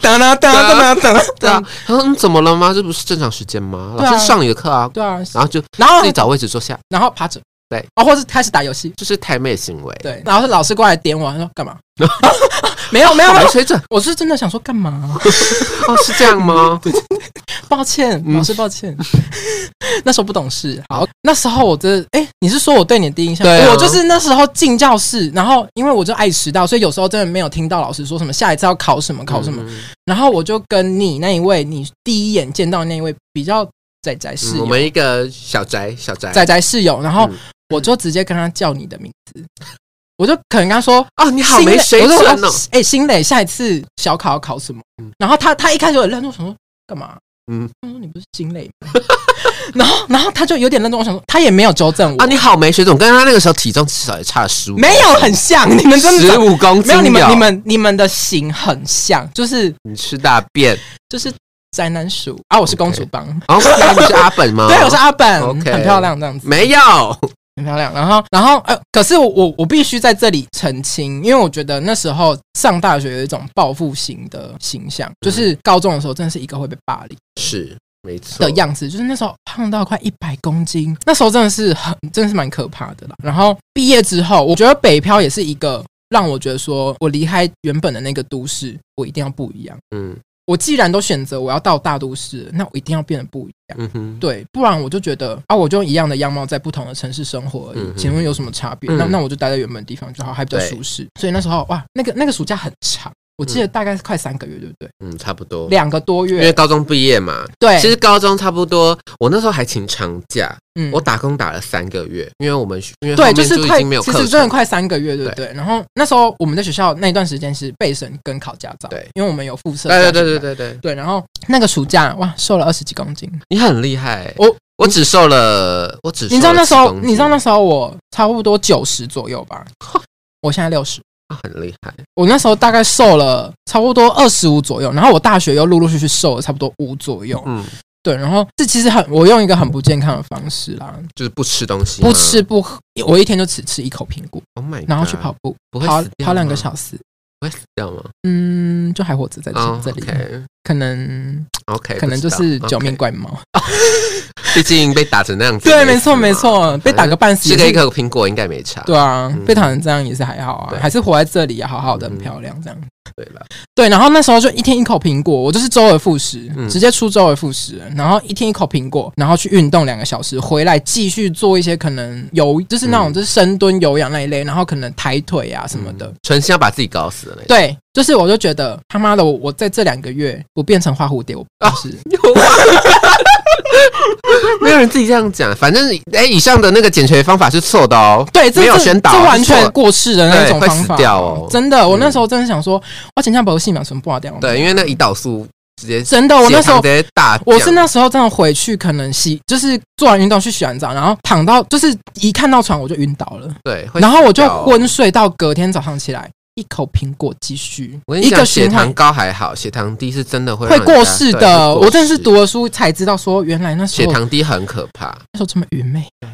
Speaker 2: 噔噔噔噔噔噔噔，
Speaker 1: 对啊，他说嗯怎么了吗？这不是正常时间吗？
Speaker 2: 对啊
Speaker 1: 老师上你的课啊，
Speaker 2: 对啊，
Speaker 1: 然后就
Speaker 2: 然后
Speaker 1: 自己找位置坐下，
Speaker 2: 然后趴着，
Speaker 1: 对，
Speaker 2: 哦，或是开始打游戏，
Speaker 1: 就是太妹行为。，
Speaker 2: 对，然后是老师过来点我，他说干嘛？ 没有没有没
Speaker 1: 没
Speaker 2: 有，
Speaker 1: 水准
Speaker 2: 我是真的想说干嘛？
Speaker 1: 哦，是这样 吗？
Speaker 2: 抱歉，
Speaker 1: 嗯
Speaker 2: 老师抱歉， 那时候不懂事。好，那时候我真的，哎，你是说我对你的第一印象？
Speaker 1: 对啊
Speaker 2: 我就是那时候进教室，然后因为我就爱迟到，所以有时候真的没有听到老师说什么下一次要考什么考什么，
Speaker 1: 嗯？
Speaker 2: 然后我就跟你那一位，你第一眼见到的那一位比较仔仔室
Speaker 1: 嗯我
Speaker 2: 友，
Speaker 1: 们一个小宅，小宅。
Speaker 2: 仔仔室友，然后
Speaker 1: 嗯
Speaker 2: 我就直接跟他叫你的名字，我就可能跟他说。
Speaker 1: 哦，你好
Speaker 2: 新
Speaker 1: 没
Speaker 2: 磊
Speaker 1: 水
Speaker 2: 我就
Speaker 1: 准
Speaker 2: 说
Speaker 1: 哦。
Speaker 2: 哎、新磊，下一次小考要考什么？
Speaker 1: 嗯
Speaker 2: 然后他他一开始有点愣住，我想说干嘛？
Speaker 1: 嗯
Speaker 2: 他说你不是新磊吗？ 然后然后他就有点愣住，我想说他也没有纠正我，
Speaker 1: 啊，你好没水准，跟他那个时候体重至少也差了十五，
Speaker 2: 没有很像，你们真的
Speaker 1: 十五公斤，
Speaker 2: 没有你们你，们你们的型很像，就是
Speaker 1: 你吃大便。
Speaker 2: 就是宅男属啊，我是公主帮。
Speaker 1: 哦，你是阿本吗？
Speaker 2: 对，我是阿本
Speaker 1: OK
Speaker 2: 很漂亮，这样子
Speaker 1: 没有。
Speaker 2: 很漂亮。然后，然后，呃，可是我我我必须在这里澄清，因为我觉得那时候上大学有一种报复型的形象，就是高中的时候真的是一个会被霸凌
Speaker 1: 是没错
Speaker 2: 的样子，就是那时候胖到快一百公斤，那时候真的是很真的是蛮可怕的啦。然后毕业之后，我觉得北漂也是一个让我觉得说我离开原本的那个都市，我一定要不一样。
Speaker 1: 嗯
Speaker 2: 我既然都选择我要到大都市了，那我一定要变得不一样。
Speaker 1: 嗯哼，
Speaker 2: 对，不然我就觉得啊，我就一样的样貌在不同的城市生活而已，
Speaker 1: 嗯哼
Speaker 2: 请问有什么差别？那
Speaker 1: 嗯
Speaker 2: 那我就待在原本地方就好，还比较
Speaker 1: 对
Speaker 2: 舒适。所以那时候哇，那个那个暑假很长，我记得大概是快三个月，对不对？
Speaker 1: 嗯，差不多。
Speaker 2: 两个多
Speaker 1: 因为
Speaker 2: 月，
Speaker 1: 高中毕业嘛，
Speaker 2: 对，
Speaker 1: 其实高中差不多，我那时候还请长假，
Speaker 2: 嗯
Speaker 1: 我打工打了三个月，因为我们因为后
Speaker 2: 对，
Speaker 1: 面
Speaker 2: 就
Speaker 1: 就是已
Speaker 2: 快，
Speaker 1: 经没有
Speaker 2: 其
Speaker 1: 课
Speaker 2: 实
Speaker 1: 程，
Speaker 2: 真的快三个月，对不对？然后那时候我们在学校那一段时间是备审跟考驾照，
Speaker 1: 对，
Speaker 2: 因为我们有复社，
Speaker 1: 对对对对对对，
Speaker 2: 对。然后那个暑假哇，瘦了二十几公斤，
Speaker 1: 你很厉害，欸
Speaker 2: 我
Speaker 1: 我只瘦了，我只瘦了
Speaker 2: 你知道那时
Speaker 1: 10
Speaker 2: 候，
Speaker 1: 公斤
Speaker 2: 你知道那时候我差不多九十左右吧，我现在六十，
Speaker 1: 啊很厉害，
Speaker 2: 我那时候大概瘦了差不多二十五左右，然后我大学又陆陆续续瘦了差不多五左右，
Speaker 1: 嗯，
Speaker 2: 对，然后这其实很，我用一个很不健康的方式啦，
Speaker 1: 就是不吃东西吗，
Speaker 2: 不吃不喝，我一天就只吃一口苹果，
Speaker 1: ，Oh my，
Speaker 2: 然后去，跑步，
Speaker 1: 不会
Speaker 2: 跑
Speaker 1: 死掉
Speaker 2: 跑两个
Speaker 1: 吗
Speaker 2: 小时，
Speaker 1: 不会死掉吗？
Speaker 2: 嗯，就还活着在
Speaker 1: 哦
Speaker 2: 这里，可能
Speaker 1: OK，
Speaker 2: 可能就是九命怪猫，
Speaker 1: 毕竟被打成那样子。
Speaker 2: 对，没错没，错，被打个半死
Speaker 1: 吃
Speaker 2: 也
Speaker 1: 个
Speaker 2: 是
Speaker 1: 一颗苹果应该没差。
Speaker 2: 对啊，
Speaker 1: 嗯
Speaker 2: 被打成这样也是还好啊
Speaker 1: 对，
Speaker 2: 还是活在这里啊，好好的，
Speaker 1: 嗯
Speaker 2: 很漂亮这样。
Speaker 1: 对了，
Speaker 2: 对，然后那时候就一天一口苹果，我就是周而复始，
Speaker 1: 嗯
Speaker 2: 直接出周而复始，然后一天一口苹果，然后去运动两个小时，回来继续做一些可能有就是那种
Speaker 1: 嗯
Speaker 2: 就是深蹲、有氧那一类，然后可能抬腿啊什么的。
Speaker 1: 嗯，存心要把自己搞死了。，
Speaker 2: 对，就是我就觉得他妈的，我我在这两个月我变成花蝴蝶，我
Speaker 1: 啊
Speaker 2: 不是、
Speaker 1: 没有人自己这样讲。反正哎，以上的那个减肥方法是错的哦。
Speaker 2: 对，这
Speaker 1: 没有
Speaker 2: 这
Speaker 1: 宣导
Speaker 2: 这完
Speaker 1: 是
Speaker 2: 全
Speaker 1: 错
Speaker 2: 过世的那
Speaker 1: 对
Speaker 2: 种
Speaker 1: 会
Speaker 2: 方
Speaker 1: 死
Speaker 2: 法，
Speaker 1: 掉哦
Speaker 2: 真的，我那时候真的想说，我请假把我信嘛全部挂掉，
Speaker 1: 对，因为那胰岛素直接，
Speaker 2: 真的，我那时
Speaker 1: 血糖
Speaker 2: 候
Speaker 1: 直接大降，
Speaker 2: 我是那时候真的回去，可能洗就是做完运动去洗完澡，然后躺到就是一看到床我就晕倒了，
Speaker 1: 对，会
Speaker 2: 然后我就
Speaker 1: 死掉哦
Speaker 2: 昏睡到隔天早上起来，一口苹果继续
Speaker 1: 我跟你
Speaker 2: 一个
Speaker 1: 讲，血
Speaker 2: 循环
Speaker 1: 糖高还好，血糖低是真的会
Speaker 2: 会
Speaker 1: 让人家
Speaker 2: 过世
Speaker 1: 对会
Speaker 2: 的。
Speaker 1: 过世
Speaker 2: 我真的是读了书才知道，说原来那时
Speaker 1: 血
Speaker 2: 候
Speaker 1: 糖低很可怕，
Speaker 2: 那时候这么愚昧，
Speaker 1: 很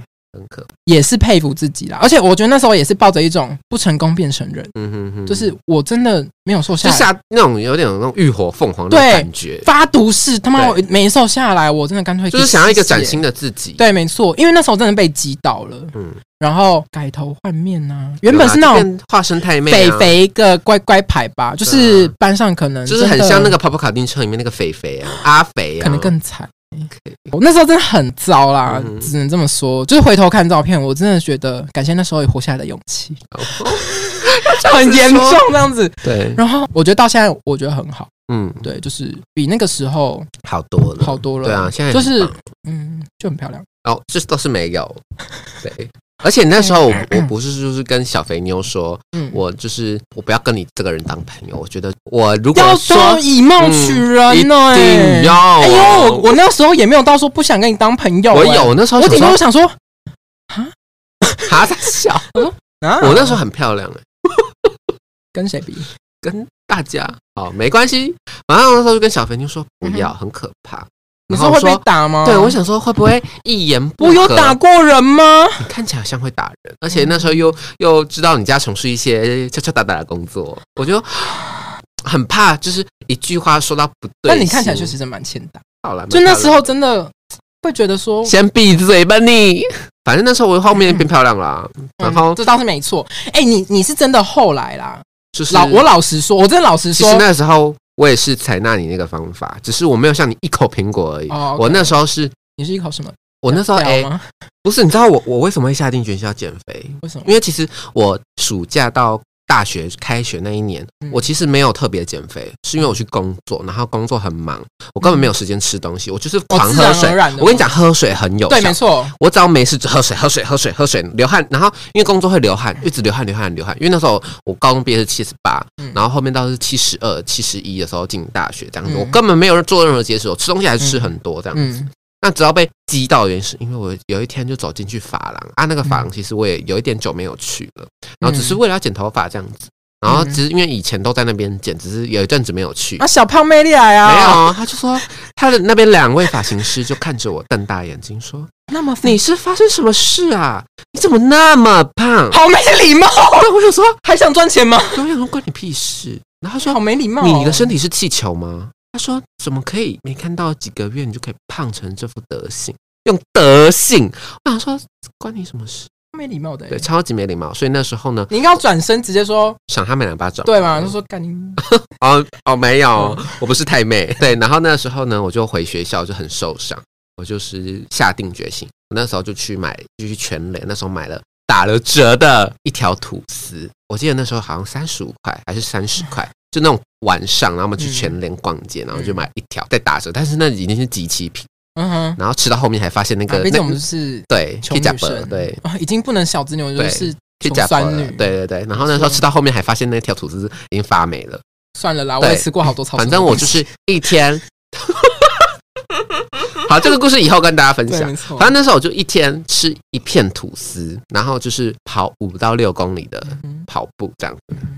Speaker 1: 可怕。
Speaker 2: 也是佩服自己啦。而且我觉得那时候也是抱着一种不成功变成人，
Speaker 1: 嗯哼哼，
Speaker 2: 就是我真的没有瘦下
Speaker 1: 就
Speaker 2: 来，
Speaker 1: 下那种有点那种浴火凤凰的
Speaker 2: 对
Speaker 1: 感觉，
Speaker 2: 发毒誓，他妈我
Speaker 1: 对
Speaker 2: 没瘦下来，我真的干脆
Speaker 1: 就是想要一个
Speaker 2: 去死
Speaker 1: 崭
Speaker 2: 耶
Speaker 1: 新的自己。，
Speaker 2: 对，没错，因为那时候真的被击倒了，
Speaker 1: 嗯，
Speaker 2: 然后改头换面呐、
Speaker 1: 啊
Speaker 2: 原本是那种。
Speaker 1: 种化身太妹、
Speaker 2: 肥
Speaker 1: 啊，
Speaker 2: 肥个乖乖牌吧，就是班上可能
Speaker 1: 就是很像那
Speaker 2: 个，
Speaker 1: 个《跑跑卡丁车》里面那个肥肥啊，阿肥啊，
Speaker 2: 可能更惨。我那时候真的很糟啦，
Speaker 1: 嗯
Speaker 2: 只能这么说。就是回头看照片，我真的觉得感谢那时候有活下来的勇气，
Speaker 1: 哦
Speaker 2: 很严重这样子。
Speaker 1: 对，
Speaker 2: 然后我觉得到现在，我觉得很好，
Speaker 1: 嗯，
Speaker 2: 对，就是比那个时候
Speaker 1: 好多了，
Speaker 2: 好多了。
Speaker 1: 对啊，现在
Speaker 2: 就
Speaker 1: 很
Speaker 2: 是
Speaker 1: 棒
Speaker 2: 嗯，就很漂亮。
Speaker 1: 哦，这都是没有，对。而且那时候 我我不是就是跟小肥妞说，
Speaker 2: 嗯，
Speaker 1: 我就是我不要跟你这个人当朋友，我觉得我如果
Speaker 2: 要
Speaker 1: 说
Speaker 2: 都以貌取人呢、
Speaker 1: 嗯一定
Speaker 2: 欸。
Speaker 1: 要，啊哦
Speaker 2: 哎呦，我我那时候也没有到说不想跟你当朋友、
Speaker 1: 我
Speaker 2: 欸
Speaker 1: 有那时候
Speaker 2: 我顶多
Speaker 1: 想说
Speaker 2: 想说
Speaker 1: 哈在笑，
Speaker 2: 啊，
Speaker 1: 我那时候很漂亮哎、
Speaker 2: 跟谁比？
Speaker 1: 跟大家好没关系。然后那时候就跟小肥妞说不要，
Speaker 2: 嗯
Speaker 1: 很可怕。
Speaker 2: 你
Speaker 1: 然
Speaker 2: 说
Speaker 1: 后
Speaker 2: 会
Speaker 1: 我
Speaker 2: 被
Speaker 1: 说。
Speaker 2: 打吗？
Speaker 1: 对，我想说会不会一言不合？
Speaker 2: 啊我有打过人吗？
Speaker 1: 你看起来好像会打人，而且那时候又又知道你家从事一些敲敲打打的工作，我就 很怕，就是一句话说到不对。
Speaker 2: 但你看起来确实是蛮欠打，
Speaker 1: 好了，
Speaker 2: 就那时
Speaker 1: 蛮漂
Speaker 2: 候
Speaker 1: 亮
Speaker 2: 真的会觉得说
Speaker 1: 的，先闭嘴吧你。反正那时候我后面变漂亮了啊，然后
Speaker 2: 嗯这倒是没错。哎，你你是真的后来啦，
Speaker 1: 就是
Speaker 2: 老我老实说，我真的老实
Speaker 1: 其实
Speaker 2: 说，
Speaker 1: 那时候我也是采纳你那个方法，只是我没有像你一口苹果而已。
Speaker 2: 哦，OK
Speaker 1: 我那时候是，
Speaker 2: 你是一口什么？
Speaker 1: 我那时候哎、
Speaker 2: 屌吗？
Speaker 1: 不是，你知道我我为什么会下定决心要减肥？
Speaker 2: 为什么？
Speaker 1: 因为其实我暑假到大学开学那一年，
Speaker 2: 嗯
Speaker 1: 我其实没有特别减肥，是因为我去工作，然后工作很忙，我根本没有时间吃东西，我就是
Speaker 2: 哦
Speaker 1: 狂
Speaker 2: 自
Speaker 1: 喝
Speaker 2: 然
Speaker 1: 水
Speaker 2: 而。然的
Speaker 1: 我跟你讲，喝水很有
Speaker 2: 对，
Speaker 1: 效
Speaker 2: 没。错，
Speaker 1: 我只要没事就喝水，喝水，喝水，喝水，流汗。然后因为工作会流汗，一直流汗，流汗，流汗。因为那时候我高中毕业是七十八
Speaker 2: 嗯，
Speaker 1: 然后后面到是七十二、七十一的时候进大学，这样子、
Speaker 2: 嗯
Speaker 1: 我根本没有做任何节食，我吃东西还是吃很多这样子。
Speaker 2: 嗯
Speaker 1: 那只要被激到的原因是因为我有一天就走进去发廊啊，那个发廊
Speaker 2: 嗯
Speaker 1: 其实我也有一点久没有去了，然后只是为了要剪头发这样子，然后只是因为以前都在那边剪，只是有一阵子没有去。
Speaker 2: 嗯啊，小胖妹丽来啊，
Speaker 1: 没有啊，他就说他的那边两位发型师就看着我瞪大眼睛说
Speaker 2: 那么：“
Speaker 1: 你是发生什么事啊？你怎么那么胖
Speaker 2: 好没礼貌，？”
Speaker 1: 对，我想说，
Speaker 2: 还想赚钱吗？
Speaker 1: 对我想说关你屁事。然后他
Speaker 2: 好
Speaker 1: 说
Speaker 2: 没礼貌哦，：“
Speaker 1: 你的身体是气球吗？”他说：“怎么可以没看到几个月你就可以胖成这副德性？用德性？”我想说，关你什么事？
Speaker 2: 没礼貌的
Speaker 1: 对，
Speaker 2: 欸。
Speaker 1: 超级没礼貌。所以那时候呢，
Speaker 2: 你应该要转身直接说
Speaker 1: 赏他们两巴掌。
Speaker 2: 对嘛，就说干你
Speaker 1: 哦哦，没有，我不是太妹。对，然后那时候呢，我就回学校就很受伤，我就是下定决心，我那时候就去买，就去全联，那时候买了打了折的一条吐司，我记得那时候好像三十五块还是三十块。就那种晚上，然后我们去
Speaker 2: 嗯
Speaker 1: 全联逛街，然后就买一条再打折，但是那已经是极其品，
Speaker 2: 嗯哼，
Speaker 1: 然后吃到后面才发现那个，
Speaker 2: 啊毕
Speaker 1: 那
Speaker 2: 竟我们是
Speaker 1: 对，
Speaker 2: 穷
Speaker 1: 假
Speaker 2: 女生，
Speaker 1: 对，
Speaker 2: 啊， 已经不能小资牛，就
Speaker 1: 对
Speaker 2: 是
Speaker 1: 去
Speaker 2: 穷
Speaker 1: 假
Speaker 2: 酸
Speaker 1: 粉
Speaker 2: 女，
Speaker 1: 对，对对。然后那时候吃到后面还发现那条吐司已经发霉了。
Speaker 2: 算了啦，我
Speaker 1: 对
Speaker 2: 也吃过好多草，
Speaker 1: 反正我就是一天。好，这个故事以后跟大家分享
Speaker 2: 对没。错
Speaker 1: 反正那时候我就一天吃一片吐司，然后就是跑五到六公里的
Speaker 2: 嗯
Speaker 1: 跑步，这样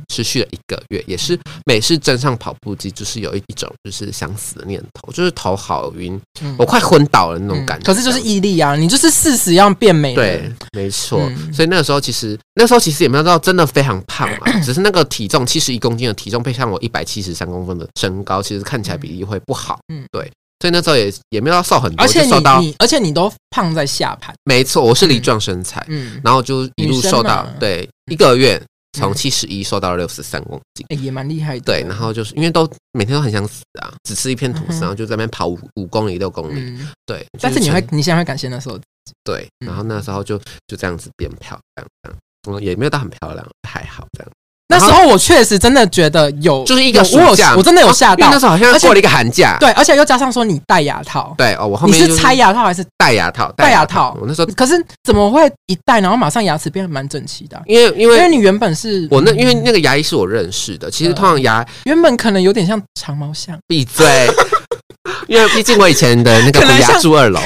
Speaker 1: 持续了一个月，也是每次登上跑步机，就是有一一种就是想死的念头，就是头好晕，
Speaker 2: 嗯
Speaker 1: 我快昏倒了那种感觉。
Speaker 2: 可是就是
Speaker 1: 这样
Speaker 2: 毅力啊，你就是誓死要变美。
Speaker 1: 对，，没错。
Speaker 2: 嗯
Speaker 1: 所以那个时候其实那时候其实也没有到真的非常胖 啊，只是那个体重七十一公斤的体重配上我一百七十三公分的身高，其实看起来比例会不好。嗯
Speaker 2: 嗯，
Speaker 1: 对。所以那时候也也没有到瘦很多，
Speaker 2: 而且
Speaker 1: 就
Speaker 2: 你
Speaker 1: 瘦到
Speaker 2: 你而且你都胖在下盘，
Speaker 1: 没错，我是梨状身材，
Speaker 2: 嗯，
Speaker 1: 然后就一路
Speaker 2: 女生
Speaker 1: 瘦到
Speaker 2: 嘛
Speaker 1: 对一个月从
Speaker 2: 嗯
Speaker 1: 七十一瘦到了六十三公斤。
Speaker 2: 欸也蛮厉害的。
Speaker 1: 对，然后就是因为都每天都很想死啊，只吃一片吐
Speaker 2: 嗯
Speaker 1: 司，
Speaker 2: 哼
Speaker 1: 然后就在那边跑五五公里、六公里。
Speaker 2: 嗯，
Speaker 1: 对，
Speaker 2: 但
Speaker 1: 就是
Speaker 2: 你
Speaker 1: 成
Speaker 2: 会你现在会感谢那时候，
Speaker 1: 对，
Speaker 2: 嗯
Speaker 1: 然后那时候就就这样子变漂亮，这样，嗯，也没有到很漂亮，还好这样，
Speaker 2: 那时候我确实真的觉得有，
Speaker 1: 就是一个
Speaker 2: 有
Speaker 1: 暑
Speaker 2: 我
Speaker 1: 假，哦
Speaker 2: 有我真的有吓
Speaker 1: 因为
Speaker 2: 到
Speaker 1: 那，时候好像
Speaker 2: 而且
Speaker 1: 过了一个寒假，
Speaker 2: 对，而且又加上说你戴牙套，
Speaker 1: 对哦，我后
Speaker 2: 你
Speaker 1: 面就是
Speaker 2: 拆牙套还是？
Speaker 1: 戴牙套，
Speaker 2: 戴牙套
Speaker 1: 我那时候
Speaker 2: 可是怎么会一戴，然后马上牙齿变得蛮整齐的啊？
Speaker 1: 因为因
Speaker 2: 因为
Speaker 1: 为
Speaker 2: 你嗯原本是
Speaker 1: 我那因为那个牙医是我认识的，其实通常牙
Speaker 2: 原本可能有点像长毛 象，
Speaker 1: 闭 嘴。因为毕竟我以前的那个
Speaker 2: 可能
Speaker 1: 虎牙
Speaker 2: 像
Speaker 1: 住二楼，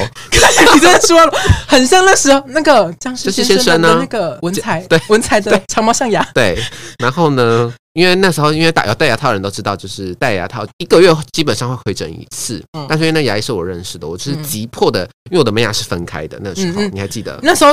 Speaker 2: 你真的说了很像那时候那个僵尸
Speaker 1: 就是先
Speaker 2: 先生
Speaker 1: 生
Speaker 2: 的
Speaker 1: 啊
Speaker 2: 那个文采，
Speaker 1: 对
Speaker 2: 文采的长 毛象牙，
Speaker 1: 对，然后呢，因为那时候因为戴有戴牙套的人都知道，就是戴牙套一个月基本上会回诊一次，
Speaker 2: 嗯
Speaker 1: 但是因为那牙医是我认识的，我就是
Speaker 2: 嗯
Speaker 1: 急迫的，因为我的门牙是分开的，那时候
Speaker 2: 嗯嗯
Speaker 1: 你还记得？
Speaker 2: 那时候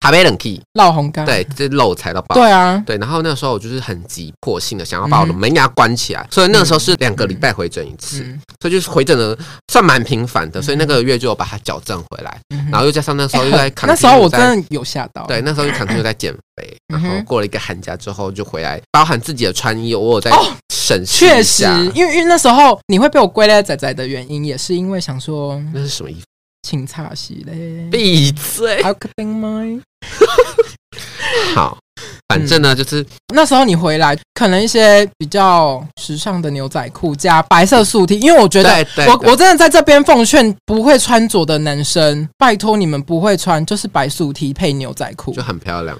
Speaker 1: 卡贝冷 key，
Speaker 2: 老红刚，
Speaker 1: 对，这漏踩到爆。
Speaker 2: 对嗯啊，
Speaker 1: 对，然后那时候我就是很急迫性的想要把我的门牙关起来，所以那个时候是两个礼拜回诊一次，
Speaker 2: 嗯
Speaker 1: 所以就是回诊的算蛮频繁的，所以那个月就有把它矫正回来，
Speaker 2: 嗯哼
Speaker 1: 然后又加上那时候又在 continue 在、
Speaker 2: 那时候我真的有吓到，
Speaker 1: 对，那时候就 continue 在减肥，然
Speaker 2: 嗯哼
Speaker 1: 后过了一个寒假之后就回来，包含自己的穿衣，我有在
Speaker 2: 哦
Speaker 1: 审视
Speaker 2: 确
Speaker 1: 一
Speaker 2: 实
Speaker 1: 下，，
Speaker 2: 因为因为那时候你会被我归类仔仔的原因，也是因为想说
Speaker 1: 那是什么衣服？
Speaker 2: 请擦洗嘞。
Speaker 1: 闭嘴！
Speaker 2: How could think my？
Speaker 1: 好，反正
Speaker 2: 嗯
Speaker 1: 呢就是
Speaker 2: 那时候你回来，可能一些比较时尚的牛仔裤加白色素 T，因为我觉得
Speaker 1: 对对，
Speaker 2: 我
Speaker 1: 对
Speaker 2: 我真的在这边奉劝不会穿着的男生，拜托你们不会穿，就是白素 T 配牛仔裤
Speaker 1: 就，很漂亮，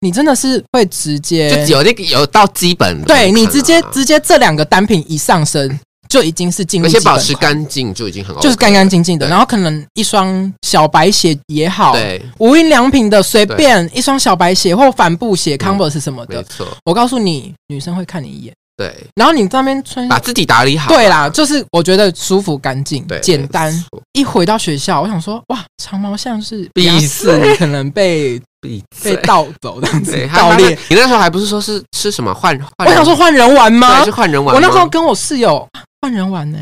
Speaker 2: 你真的是会直接，
Speaker 1: 就有那个有到基本的门槛啊，
Speaker 2: 对你直接直接这两个单品一上身，就已经是进入
Speaker 1: 而且
Speaker 2: 基本
Speaker 1: 保持
Speaker 2: 款，
Speaker 1: 干净就已经很 OK
Speaker 2: 就是干干净净的，
Speaker 1: 对
Speaker 2: 然后可能一双小白鞋也好，
Speaker 1: 对，
Speaker 2: 无印良品的随便一双小白鞋或帆布鞋、Converse 什么
Speaker 1: 没
Speaker 2: 的，
Speaker 1: 错，
Speaker 2: 我告诉你，女生会看你一眼，
Speaker 1: 对，
Speaker 2: 然后你在那边穿。
Speaker 1: 把自己打理好，
Speaker 2: 嗯对啦，就是我觉得舒服、干净
Speaker 1: 对，、
Speaker 2: 简单
Speaker 1: 没，错
Speaker 2: 一回到学校，我想说，哇，长毛象是
Speaker 1: 闭
Speaker 2: 牙齿
Speaker 1: 嘴
Speaker 2: 可 能被
Speaker 1: 闭
Speaker 2: 被
Speaker 1: 嘴。
Speaker 2: 盗走这样子
Speaker 1: 对，，
Speaker 2: 盗
Speaker 1: 他
Speaker 2: 猎。
Speaker 1: 你那时候还不是说是吃什么换换？
Speaker 2: 我想说换人玩吗
Speaker 1: 对，是？换人玩
Speaker 2: 我
Speaker 1: 吗。
Speaker 2: 那时候跟我室友啊换人玩呢、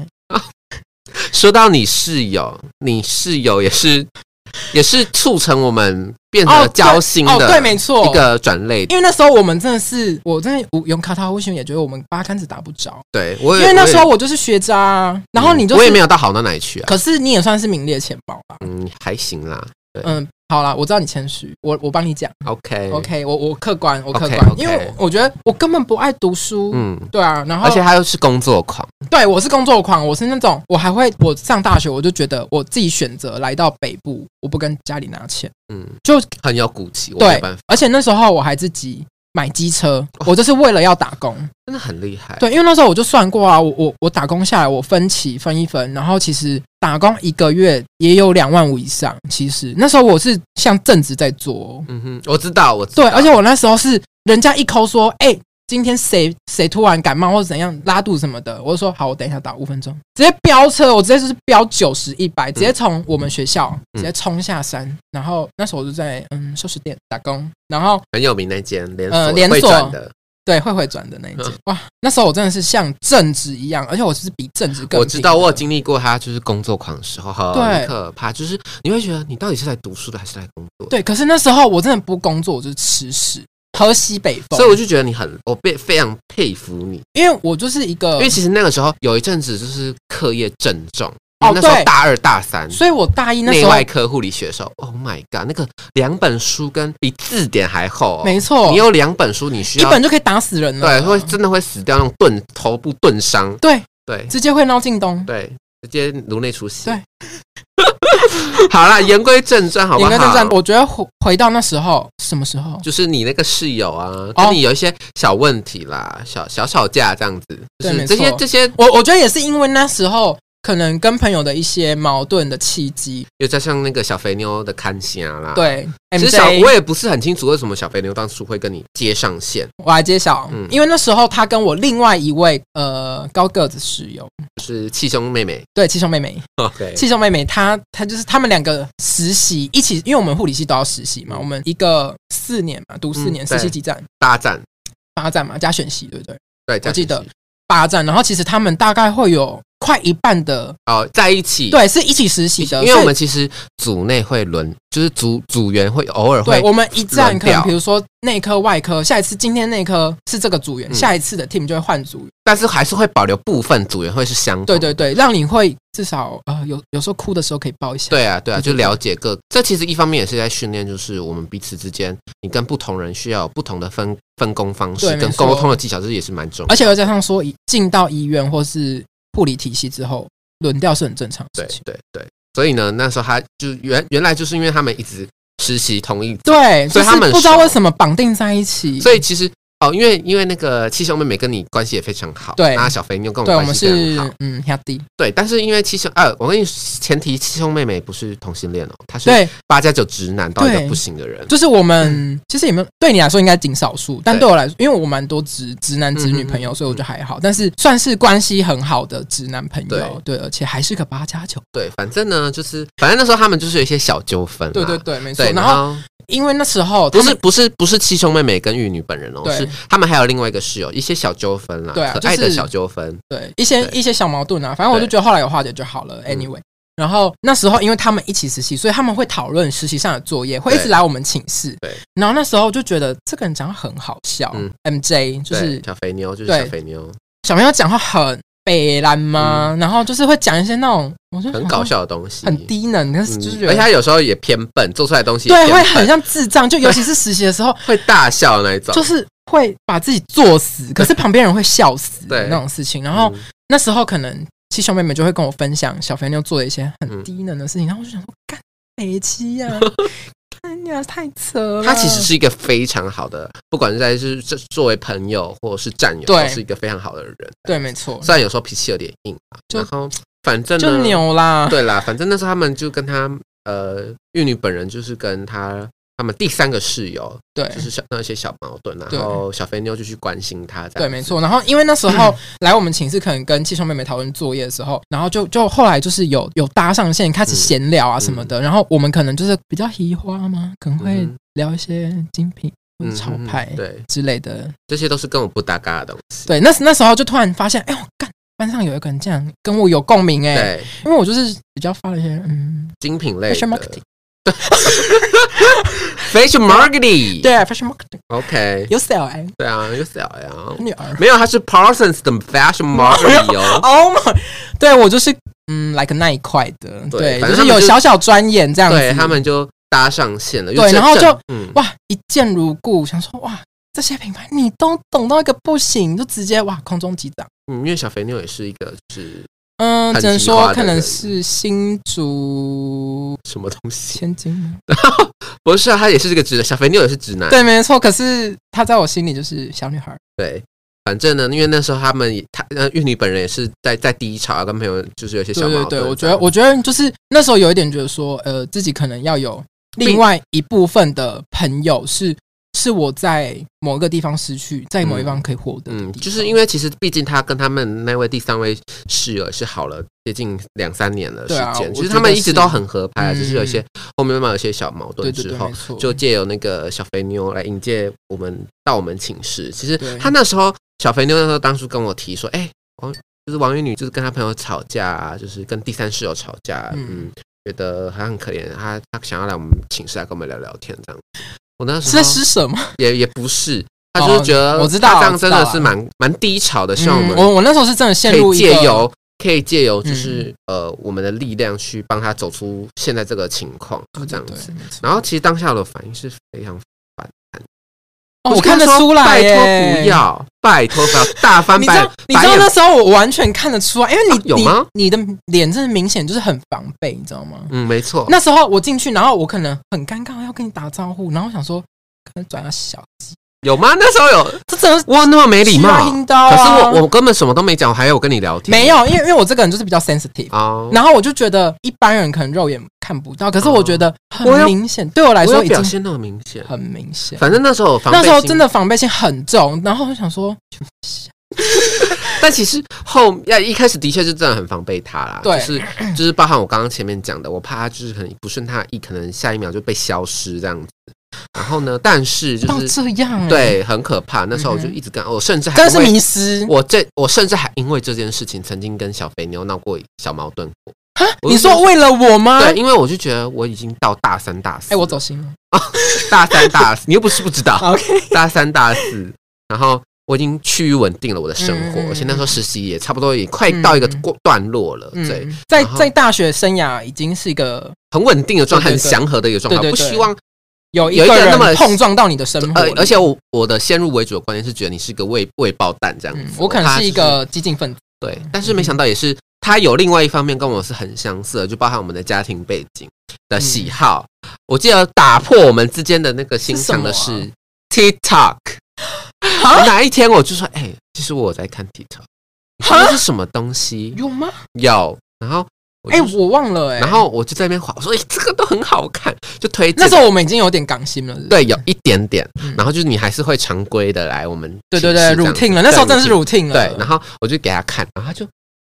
Speaker 1: 说到你室友，你室友也是也是促成我们变
Speaker 2: 哦
Speaker 1: 得
Speaker 2: 对
Speaker 1: 交心
Speaker 2: 哦，
Speaker 1: 的
Speaker 2: 对，没错
Speaker 1: 一，个转类。
Speaker 2: 因为那时候我们真的是，我真的用卡塔呼熊也觉得我们八竿子打不着，
Speaker 1: 对我
Speaker 2: 因
Speaker 1: 也，
Speaker 2: 为那
Speaker 1: 我也嗯
Speaker 2: 时候我就是学渣啊，然后你就
Speaker 1: 我
Speaker 2: 是
Speaker 1: 也没，有到好到哪里去啊，
Speaker 2: 可是你也算是名列前茅吧，
Speaker 1: 嗯，还行啦。对
Speaker 2: 嗯。好啦，我知道你谦虚，我我帮你讲
Speaker 1: OK
Speaker 2: ，OK，我我客观，我客
Speaker 1: OK，
Speaker 2: 观
Speaker 1: OK
Speaker 2: 因为我觉得我根本不爱读书，
Speaker 1: 嗯，
Speaker 2: 对啊，然后
Speaker 1: 而且他又是工作狂，
Speaker 2: 对，我是工作狂，我是那种我还会，我上大学我就觉得我自己选择来到北部，我不跟家里拿钱，
Speaker 1: 嗯，
Speaker 2: 就
Speaker 1: 很有骨气，我没
Speaker 2: 对
Speaker 1: 办法，，
Speaker 2: 而且那时候啊我还自己买机车，我就是为了要打工，
Speaker 1: 真的很厉害。
Speaker 2: 对，因为那时候我就算过啊，我我我打工下来，我分期分一分，然后其实打工一个月也有两万五以上，其实那时候我是像正职在做哦、
Speaker 1: 嗯哼，我知道，我知道
Speaker 2: 对，而且我那时候是人家一抠说，哎、今天谁谁突然感冒或者怎样拉肚子什么的，我就说好，我等一下打五分钟，直接飙车，我直接就是飙九十一百，直接从我们学校
Speaker 1: 嗯
Speaker 2: 直接冲下山，然后那时候我就在嗯寿司店打工，然后
Speaker 1: 很有名那间连
Speaker 2: 呃
Speaker 1: 锁
Speaker 2: 连
Speaker 1: 会
Speaker 2: 锁
Speaker 1: 转的，
Speaker 2: 对会回转的那一间
Speaker 1: 嗯，
Speaker 2: 哇，那时候我真的是像正职一样，而且我是比正职更
Speaker 1: 我知道，
Speaker 2: 拼的
Speaker 1: 我有经历过他就是工作狂的时候，很
Speaker 2: 对
Speaker 1: 可怕。就是你会觉得你到底是来读书的还是来工作？，
Speaker 2: 对，可是那时候我真的不工作，我就是吃屎。喝西北风，
Speaker 1: 所以我就觉得你很，我被非常佩服你，
Speaker 2: 因为我就是一个，
Speaker 1: 因为其实那个时候有一阵子就是课业正重，
Speaker 2: 哦
Speaker 1: 那时候
Speaker 2: 对
Speaker 1: 大二大三。
Speaker 2: 所以我大一那时
Speaker 1: 内
Speaker 2: 候
Speaker 1: 外科护理学的时候，Oh my god，那个两本书跟比字典还厚、哦，
Speaker 2: 没错，
Speaker 1: 你有两本书，你需
Speaker 2: 一
Speaker 1: 要
Speaker 2: 本就可以打死人了，
Speaker 1: 对会真的会死掉那种钝头部钝伤，
Speaker 2: 对，
Speaker 1: 对
Speaker 2: 直接会闹进东。
Speaker 1: 对，直接颅内出血。
Speaker 2: 对，
Speaker 1: 好啦，言归正传，好不
Speaker 2: 言
Speaker 1: 好？
Speaker 2: 归正传，我觉得回回到那时候，什么时候？
Speaker 1: 就是你那个室友
Speaker 2: 哦
Speaker 1: 啊，跟你有一些小问题啦，小小吵架这样子，就
Speaker 2: 对
Speaker 1: 是
Speaker 2: 没
Speaker 1: 这些
Speaker 2: 错
Speaker 1: 这些
Speaker 2: 我我觉得也是因为那时候可能跟朋友的一些矛盾的契机。
Speaker 1: 又加上那个小肥妞的看虾啦。，
Speaker 2: 对
Speaker 1: 啊其实小我
Speaker 2: ，MJ，
Speaker 1: 也不是很清楚为什么小肥妞当初会跟你接上线，
Speaker 2: 我来揭晓，
Speaker 1: 嗯
Speaker 2: 因为那时候他跟我另外一位呃高个子室友，
Speaker 1: 就是气胸妹妹。
Speaker 2: 对七兄妹妹，
Speaker 1: 对，
Speaker 2: 七兄妹妹她她就是他们两个实习一起，因为我们护理系都要实习嘛，我们一个四年嘛，读四年，
Speaker 1: 嗯
Speaker 2: 实习
Speaker 1: 对
Speaker 2: 几站，
Speaker 1: 大战，
Speaker 2: 八站嘛，加选系，对不对？
Speaker 1: 对，
Speaker 2: 我记
Speaker 1: 加
Speaker 2: 得
Speaker 1: 进去
Speaker 2: 八站，然后其实他们大概会有快一半的，
Speaker 1: 哦，在一起。
Speaker 2: 对，是一起实习的，
Speaker 1: 因为
Speaker 2: 所以
Speaker 1: 我们其实组内会轮，就是组组员会偶尔
Speaker 2: 对
Speaker 1: 会
Speaker 2: 我们一站
Speaker 1: 轮
Speaker 2: 可能
Speaker 1: 调
Speaker 2: 比如说内科、外科，下一次今天内科是这个组员，
Speaker 1: 嗯
Speaker 2: 下一次的 team 就会换组员，
Speaker 1: 但是还是会保留部分组员会是相同。
Speaker 2: 对对对，让你会至少呃有有时候哭的时候可以抱一下，
Speaker 1: 对啊，对啊，
Speaker 2: 对对
Speaker 1: 就了解各。这其实一方面也是在训练，就是我们彼此之间，你跟不同人需要有不同的分分工方式
Speaker 2: 对，没
Speaker 1: 跟
Speaker 2: 错
Speaker 1: 沟通的技巧，这也是蛮重要的。
Speaker 2: 而且又加上说一进到医院或是护理体系之后，轮调是很正常的
Speaker 1: 对
Speaker 2: 事情。
Speaker 1: 对对，所以呢，那时候他就原原来就是因为他们一直实习同一，
Speaker 2: 对，
Speaker 1: 所以
Speaker 2: 就是
Speaker 1: 他们
Speaker 2: 不知道
Speaker 1: 熟
Speaker 2: 为什么绑定在一起，
Speaker 1: 所以其实哦，因为因为那个七兄妹妹跟你关系也非常好，
Speaker 2: 对
Speaker 1: 那小肥妞跟我
Speaker 2: 对我
Speaker 1: 关
Speaker 2: 们
Speaker 1: 系非
Speaker 2: 是
Speaker 1: 常好，
Speaker 2: 嗯兄弟，
Speaker 1: 对，但是因为七兄啊，我跟你前提七兄妹妹不是同性恋哦，她是
Speaker 2: 对，
Speaker 1: 八加九直男到一个
Speaker 2: 对
Speaker 1: 不行的人，
Speaker 2: 就是我们其实也没有对你来说应该仅少数，但
Speaker 1: 嗯对
Speaker 2: 对我来说，因为我蛮多直直男直女朋友，
Speaker 1: 嗯嗯嗯
Speaker 2: 所以我觉得还好，但是算是关系很好的直男朋友，
Speaker 1: 对
Speaker 2: 对，而且还是个八加九，
Speaker 1: 对，反正呢就是反正那时候他们就是有一些小纠纷啦，
Speaker 2: 对对对，没错。
Speaker 1: 对，
Speaker 2: 然
Speaker 1: 然
Speaker 2: 后
Speaker 1: 后
Speaker 2: 因为那时候他
Speaker 1: 不
Speaker 2: 们
Speaker 1: 是不是不是七兄妹妹跟玉女本人哦，
Speaker 2: 对
Speaker 1: 是他们还有另外一个室友，一些小纠纷啦，
Speaker 2: 对啊
Speaker 1: 可爱
Speaker 2: 就
Speaker 1: 的
Speaker 2: 是
Speaker 1: 小纠纷，
Speaker 2: 对一些
Speaker 1: 对
Speaker 2: 一些小矛盾啊，反正我就
Speaker 1: 对嗯
Speaker 2: 觉得后来有化解就好了。Anyway，、然后那时候因为他们一起实习，所以他们会讨论实习上的作业，会一直
Speaker 1: 对
Speaker 2: 来我们寝室。
Speaker 1: 对，
Speaker 2: 然后那时候就觉得这个人讲话很好笑、
Speaker 1: 嗯
Speaker 2: m j 就
Speaker 1: 对
Speaker 2: 是
Speaker 1: 小肥妞就是
Speaker 2: 对
Speaker 1: 小肥妞，
Speaker 2: 小朋友讲话很北蓝嘛，然后就是会讲一些那种我就
Speaker 1: 嗯很
Speaker 2: 想
Speaker 1: 搞
Speaker 2: 说
Speaker 1: 笑的东西，
Speaker 2: 很低能，但是
Speaker 1: 嗯
Speaker 2: 就是觉
Speaker 1: 而且
Speaker 2: 得、
Speaker 1: 他有时候也偏笨，做出来的东西也
Speaker 2: 对
Speaker 1: 偏
Speaker 2: 会
Speaker 1: 笨
Speaker 2: 很像智障，就尤其是实习 的时候，
Speaker 1: 会大笑那一种，
Speaker 2: 就是会把自己 作死，可是旁边人会笑死
Speaker 1: 对
Speaker 2: 那种事情。然后
Speaker 1: 嗯
Speaker 2: 那时候可能七兄妹妹就会跟我分享小肥妞做的一些很
Speaker 1: 嗯
Speaker 2: 低能的事情，然后我就想说，干北七 呀、干呀，太扯了。
Speaker 1: 嗯他其实是一个非常好的，不管是在是这作为朋友或者是战友，
Speaker 2: 对
Speaker 1: 都是一个非常好的人。
Speaker 2: 对，没错，
Speaker 1: 虽然有时候脾气有点硬啊，
Speaker 2: 就
Speaker 1: 然后反正
Speaker 2: 就
Speaker 1: 呢，
Speaker 2: 牛啦。
Speaker 1: 对啦，反正那时候他们就跟他呃玉女本人就是跟他他们第三个室友
Speaker 2: 对
Speaker 1: 就是小那些小矛盾，
Speaker 2: 对
Speaker 1: 然后小肥妞就去关心他，这
Speaker 2: 对，
Speaker 1: 样
Speaker 2: 没
Speaker 1: 子。嗯
Speaker 2: 错。然后因为那时候来我们寝室，可能跟七兄妹妹讨论作业的时候，然后就就后来就是有有搭上线，
Speaker 1: 嗯
Speaker 2: 开始闲聊啊什么的。然后我们可能就是比较移花嘛，可能会
Speaker 1: 嗯哼
Speaker 2: 聊一些精品或者潮
Speaker 1: 嗯
Speaker 2: 牌
Speaker 1: 对，
Speaker 2: 之类的。
Speaker 1: 这些都是跟我不搭嘎的东西。
Speaker 2: 对，那时那时候就突然发现，哎呦，干班上有一个人这样跟我有共鸣哎、
Speaker 1: 对，
Speaker 2: 因为我就是比较发了一些嗯
Speaker 1: 精品类的
Speaker 2: ，fashion marketing，
Speaker 1: ，fashion marketing，
Speaker 2: 对啊，fashion marketing
Speaker 1: ，OK，
Speaker 2: 有 sell 哎，
Speaker 1: 对啊，又小呀，
Speaker 2: 女儿
Speaker 1: 没有，他是 Parsons 的 fashion marketing 哦。
Speaker 2: ，Oh my，对我就是嗯，like 那一块的，
Speaker 1: 对
Speaker 2: 对，
Speaker 1: 反正
Speaker 2: 就是
Speaker 1: 他们
Speaker 2: 有
Speaker 1: 就
Speaker 2: 小小钻研这样子，
Speaker 1: 对他们就搭上线了。
Speaker 2: 对
Speaker 1: 又正
Speaker 2: 然后就
Speaker 1: 嗯，
Speaker 2: 哇一见如故，想说哇这些品牌你都懂到一个不行，就直接哇空中击掌。
Speaker 1: 嗯因为小肥妞也是一个就是
Speaker 2: 嗯，
Speaker 1: 很
Speaker 2: 只能
Speaker 1: 奇葩
Speaker 2: 说
Speaker 1: 的
Speaker 2: 可能
Speaker 1: 人
Speaker 2: 是新竹
Speaker 1: 什么东西，
Speaker 2: 千金吗？
Speaker 1: 不是啊，他也是这个直男，小肥妞也是直男。
Speaker 2: 对，没错。可是她在我心里就是小女孩儿，
Speaker 1: 对反正呢，因为那时候他们也他呃玉女本人也是在在低潮啊，跟朋友就是有一些小
Speaker 2: 对
Speaker 1: 矛
Speaker 2: 对
Speaker 1: 盾。
Speaker 2: 对，我觉得，我觉得就是那时候有一点觉得说，呃，自己可能要有另外一部分的朋友是是我在某一个地方失去，在某一方可以获得的地方、
Speaker 1: 嗯，就是因
Speaker 2: 为
Speaker 1: 为其实毕竟他跟他们那位第三位室友也是好了接近两三年的时
Speaker 2: 对啊
Speaker 1: 间，
Speaker 2: 我
Speaker 1: 其实他
Speaker 2: 觉
Speaker 1: 们
Speaker 2: 得
Speaker 1: 一直
Speaker 2: 是
Speaker 1: 都很合拍啊，只是有一些
Speaker 2: 嗯
Speaker 1: 后面慢慢有一些小矛
Speaker 2: 对
Speaker 1: 盾
Speaker 2: 对
Speaker 1: 之
Speaker 2: 对，
Speaker 1: 后
Speaker 2: 没，错，
Speaker 1: 就借由那个小肥妞来引荐我们到我们寝室。其实
Speaker 2: 对
Speaker 1: 他那时候小肥妞那时候当初跟我提说，哎、王就是王玉女就是跟她朋友吵架啊，就是跟第三室友吵架啊，
Speaker 2: 嗯
Speaker 1: 嗯，觉得她很可怜，她她想要来我们寝室来跟我们聊聊天这样。我那
Speaker 2: 是
Speaker 1: 时
Speaker 2: 在
Speaker 1: 候
Speaker 2: 施舍吗？
Speaker 1: 也也不是，她就是觉得、
Speaker 2: 哦我知道
Speaker 1: 这样真
Speaker 2: 我
Speaker 1: 的
Speaker 2: 知道
Speaker 1: 是蛮蛮低潮的，希望我
Speaker 2: 嗯，
Speaker 1: 们
Speaker 2: 我我那时候是真
Speaker 1: 可
Speaker 2: 的陷入
Speaker 1: 以
Speaker 2: 一个嗯
Speaker 1: 借由。可以借由就是、呃我们的力量去帮她走出现在这个情况
Speaker 2: 对
Speaker 1: 这
Speaker 2: 对
Speaker 1: 样
Speaker 2: 哦对
Speaker 1: 子。
Speaker 2: 没错
Speaker 1: 然后其实当下的反应是非常
Speaker 2: 哦，我
Speaker 1: 就
Speaker 2: 看
Speaker 1: 跟
Speaker 2: 得
Speaker 1: 他说
Speaker 2: 出来，
Speaker 1: 拜托不。要，拜托不要大翻
Speaker 2: 你知
Speaker 1: 白
Speaker 2: 道
Speaker 1: 眼，，
Speaker 2: 你知
Speaker 1: 白
Speaker 2: 道
Speaker 1: 眼
Speaker 2: 那时候我完全看得出来，因为你、
Speaker 1: 啊有吗
Speaker 2: 你你的脸真的明显就是很防备，你知道吗？
Speaker 1: 嗯，没错，
Speaker 2: 那时候我进去，然后我可能很尴尬，要跟你打招呼，然后我想说可能转到小，
Speaker 1: 有吗？那时候有
Speaker 2: 这真的是
Speaker 1: 哇，那么没礼貌。
Speaker 2: 需要阴道啊
Speaker 1: 可是我我根本什么都没讲，我还有跟你聊天。
Speaker 2: 没有，因为因为我这个人就是比较 sensitive，
Speaker 1: 哦，
Speaker 2: 然后我就觉得一般人可能肉眼看不到，可是我觉得
Speaker 1: 我
Speaker 2: 很
Speaker 1: 有
Speaker 2: 明显，对我来
Speaker 1: 哦我有
Speaker 2: 说已
Speaker 1: 表
Speaker 2: 经
Speaker 1: 现那么明显。
Speaker 2: 很明显。
Speaker 1: 反正那时候我防备
Speaker 2: 那时候
Speaker 1: 心
Speaker 2: 真的防备心很重，然后我想说，
Speaker 1: 但其实后要一开始的确是真的很防备他啦，
Speaker 2: 对
Speaker 1: 就是就是包含我刚刚前面讲的，我怕他就是可能不顺他的意，可能下一秒就被消失这样子。然后呢，但是就
Speaker 2: 到
Speaker 1: 是
Speaker 2: 这样、欸，，
Speaker 1: 对很可怕，那时候我就
Speaker 2: 嗯哼
Speaker 1: 一直跟，我甚 至还
Speaker 2: 真的是
Speaker 1: 因为
Speaker 2: 迷失。
Speaker 1: 我这我甚至还因为这件事情曾经跟小肥妞闹过小矛盾过。我就
Speaker 2: 你说为了我吗？
Speaker 1: 对，因为我就觉得我已经到大三大四，
Speaker 2: 哎，我走心了。
Speaker 1: 大三大 四，你又不是不知道，
Speaker 2: OK，
Speaker 1: 大三大四，然后我已经趋于稳定了我的生活，
Speaker 2: 嗯嗯
Speaker 1: 而且那时候实习也差不多也快到一个
Speaker 2: 嗯
Speaker 1: 过段落了，对，
Speaker 2: 嗯，在
Speaker 1: 然后
Speaker 2: 在大学生涯已经是一个
Speaker 1: 很稳定的状态，
Speaker 2: 对
Speaker 1: 很
Speaker 2: 对对
Speaker 1: 祥和的一个状态，
Speaker 2: 对对
Speaker 1: 不
Speaker 2: 对
Speaker 1: 希望
Speaker 2: 有一
Speaker 1: 有一
Speaker 2: 个
Speaker 1: 个那
Speaker 2: 人
Speaker 1: 么
Speaker 2: 碰撞到你的生活
Speaker 1: 呃
Speaker 2: 里，，
Speaker 1: 而且我我的先入为主的观念是觉得你是个未未爆弹这样
Speaker 2: 嗯
Speaker 1: 子，
Speaker 2: 我可能
Speaker 1: 怕
Speaker 2: 是一个激进分子。
Speaker 1: 对，但是没想到也是他有另外一方面跟我是很相似的，就包含我们的家庭背景
Speaker 2: 嗯
Speaker 1: 的喜好。我记得打破我们之间的那个心墙的
Speaker 2: 是什么啊
Speaker 1: 是 TikTok。哪一天我就说，哎、其实我有在看 TikTok，你说
Speaker 2: 哈
Speaker 1: 这是什么东西？
Speaker 2: 有吗？
Speaker 1: 有，然后我
Speaker 2: 哎，
Speaker 1: 就说
Speaker 2: 我忘了哎。
Speaker 1: 然后我就在那边划，我说、哎，这个都很好看，就推荐。
Speaker 2: 那时候我们已经有点港星了，是不是
Speaker 1: 对，有一点点，
Speaker 2: 嗯
Speaker 1: 然后就是你还是会常规的来我们
Speaker 2: 对对
Speaker 1: 寝
Speaker 2: 对
Speaker 1: 室这样子
Speaker 2: ，routine 了，那时候
Speaker 1: 对
Speaker 2: 真的是
Speaker 1: routine
Speaker 2: routine 了。
Speaker 1: 对，然后我就给他看，然后他就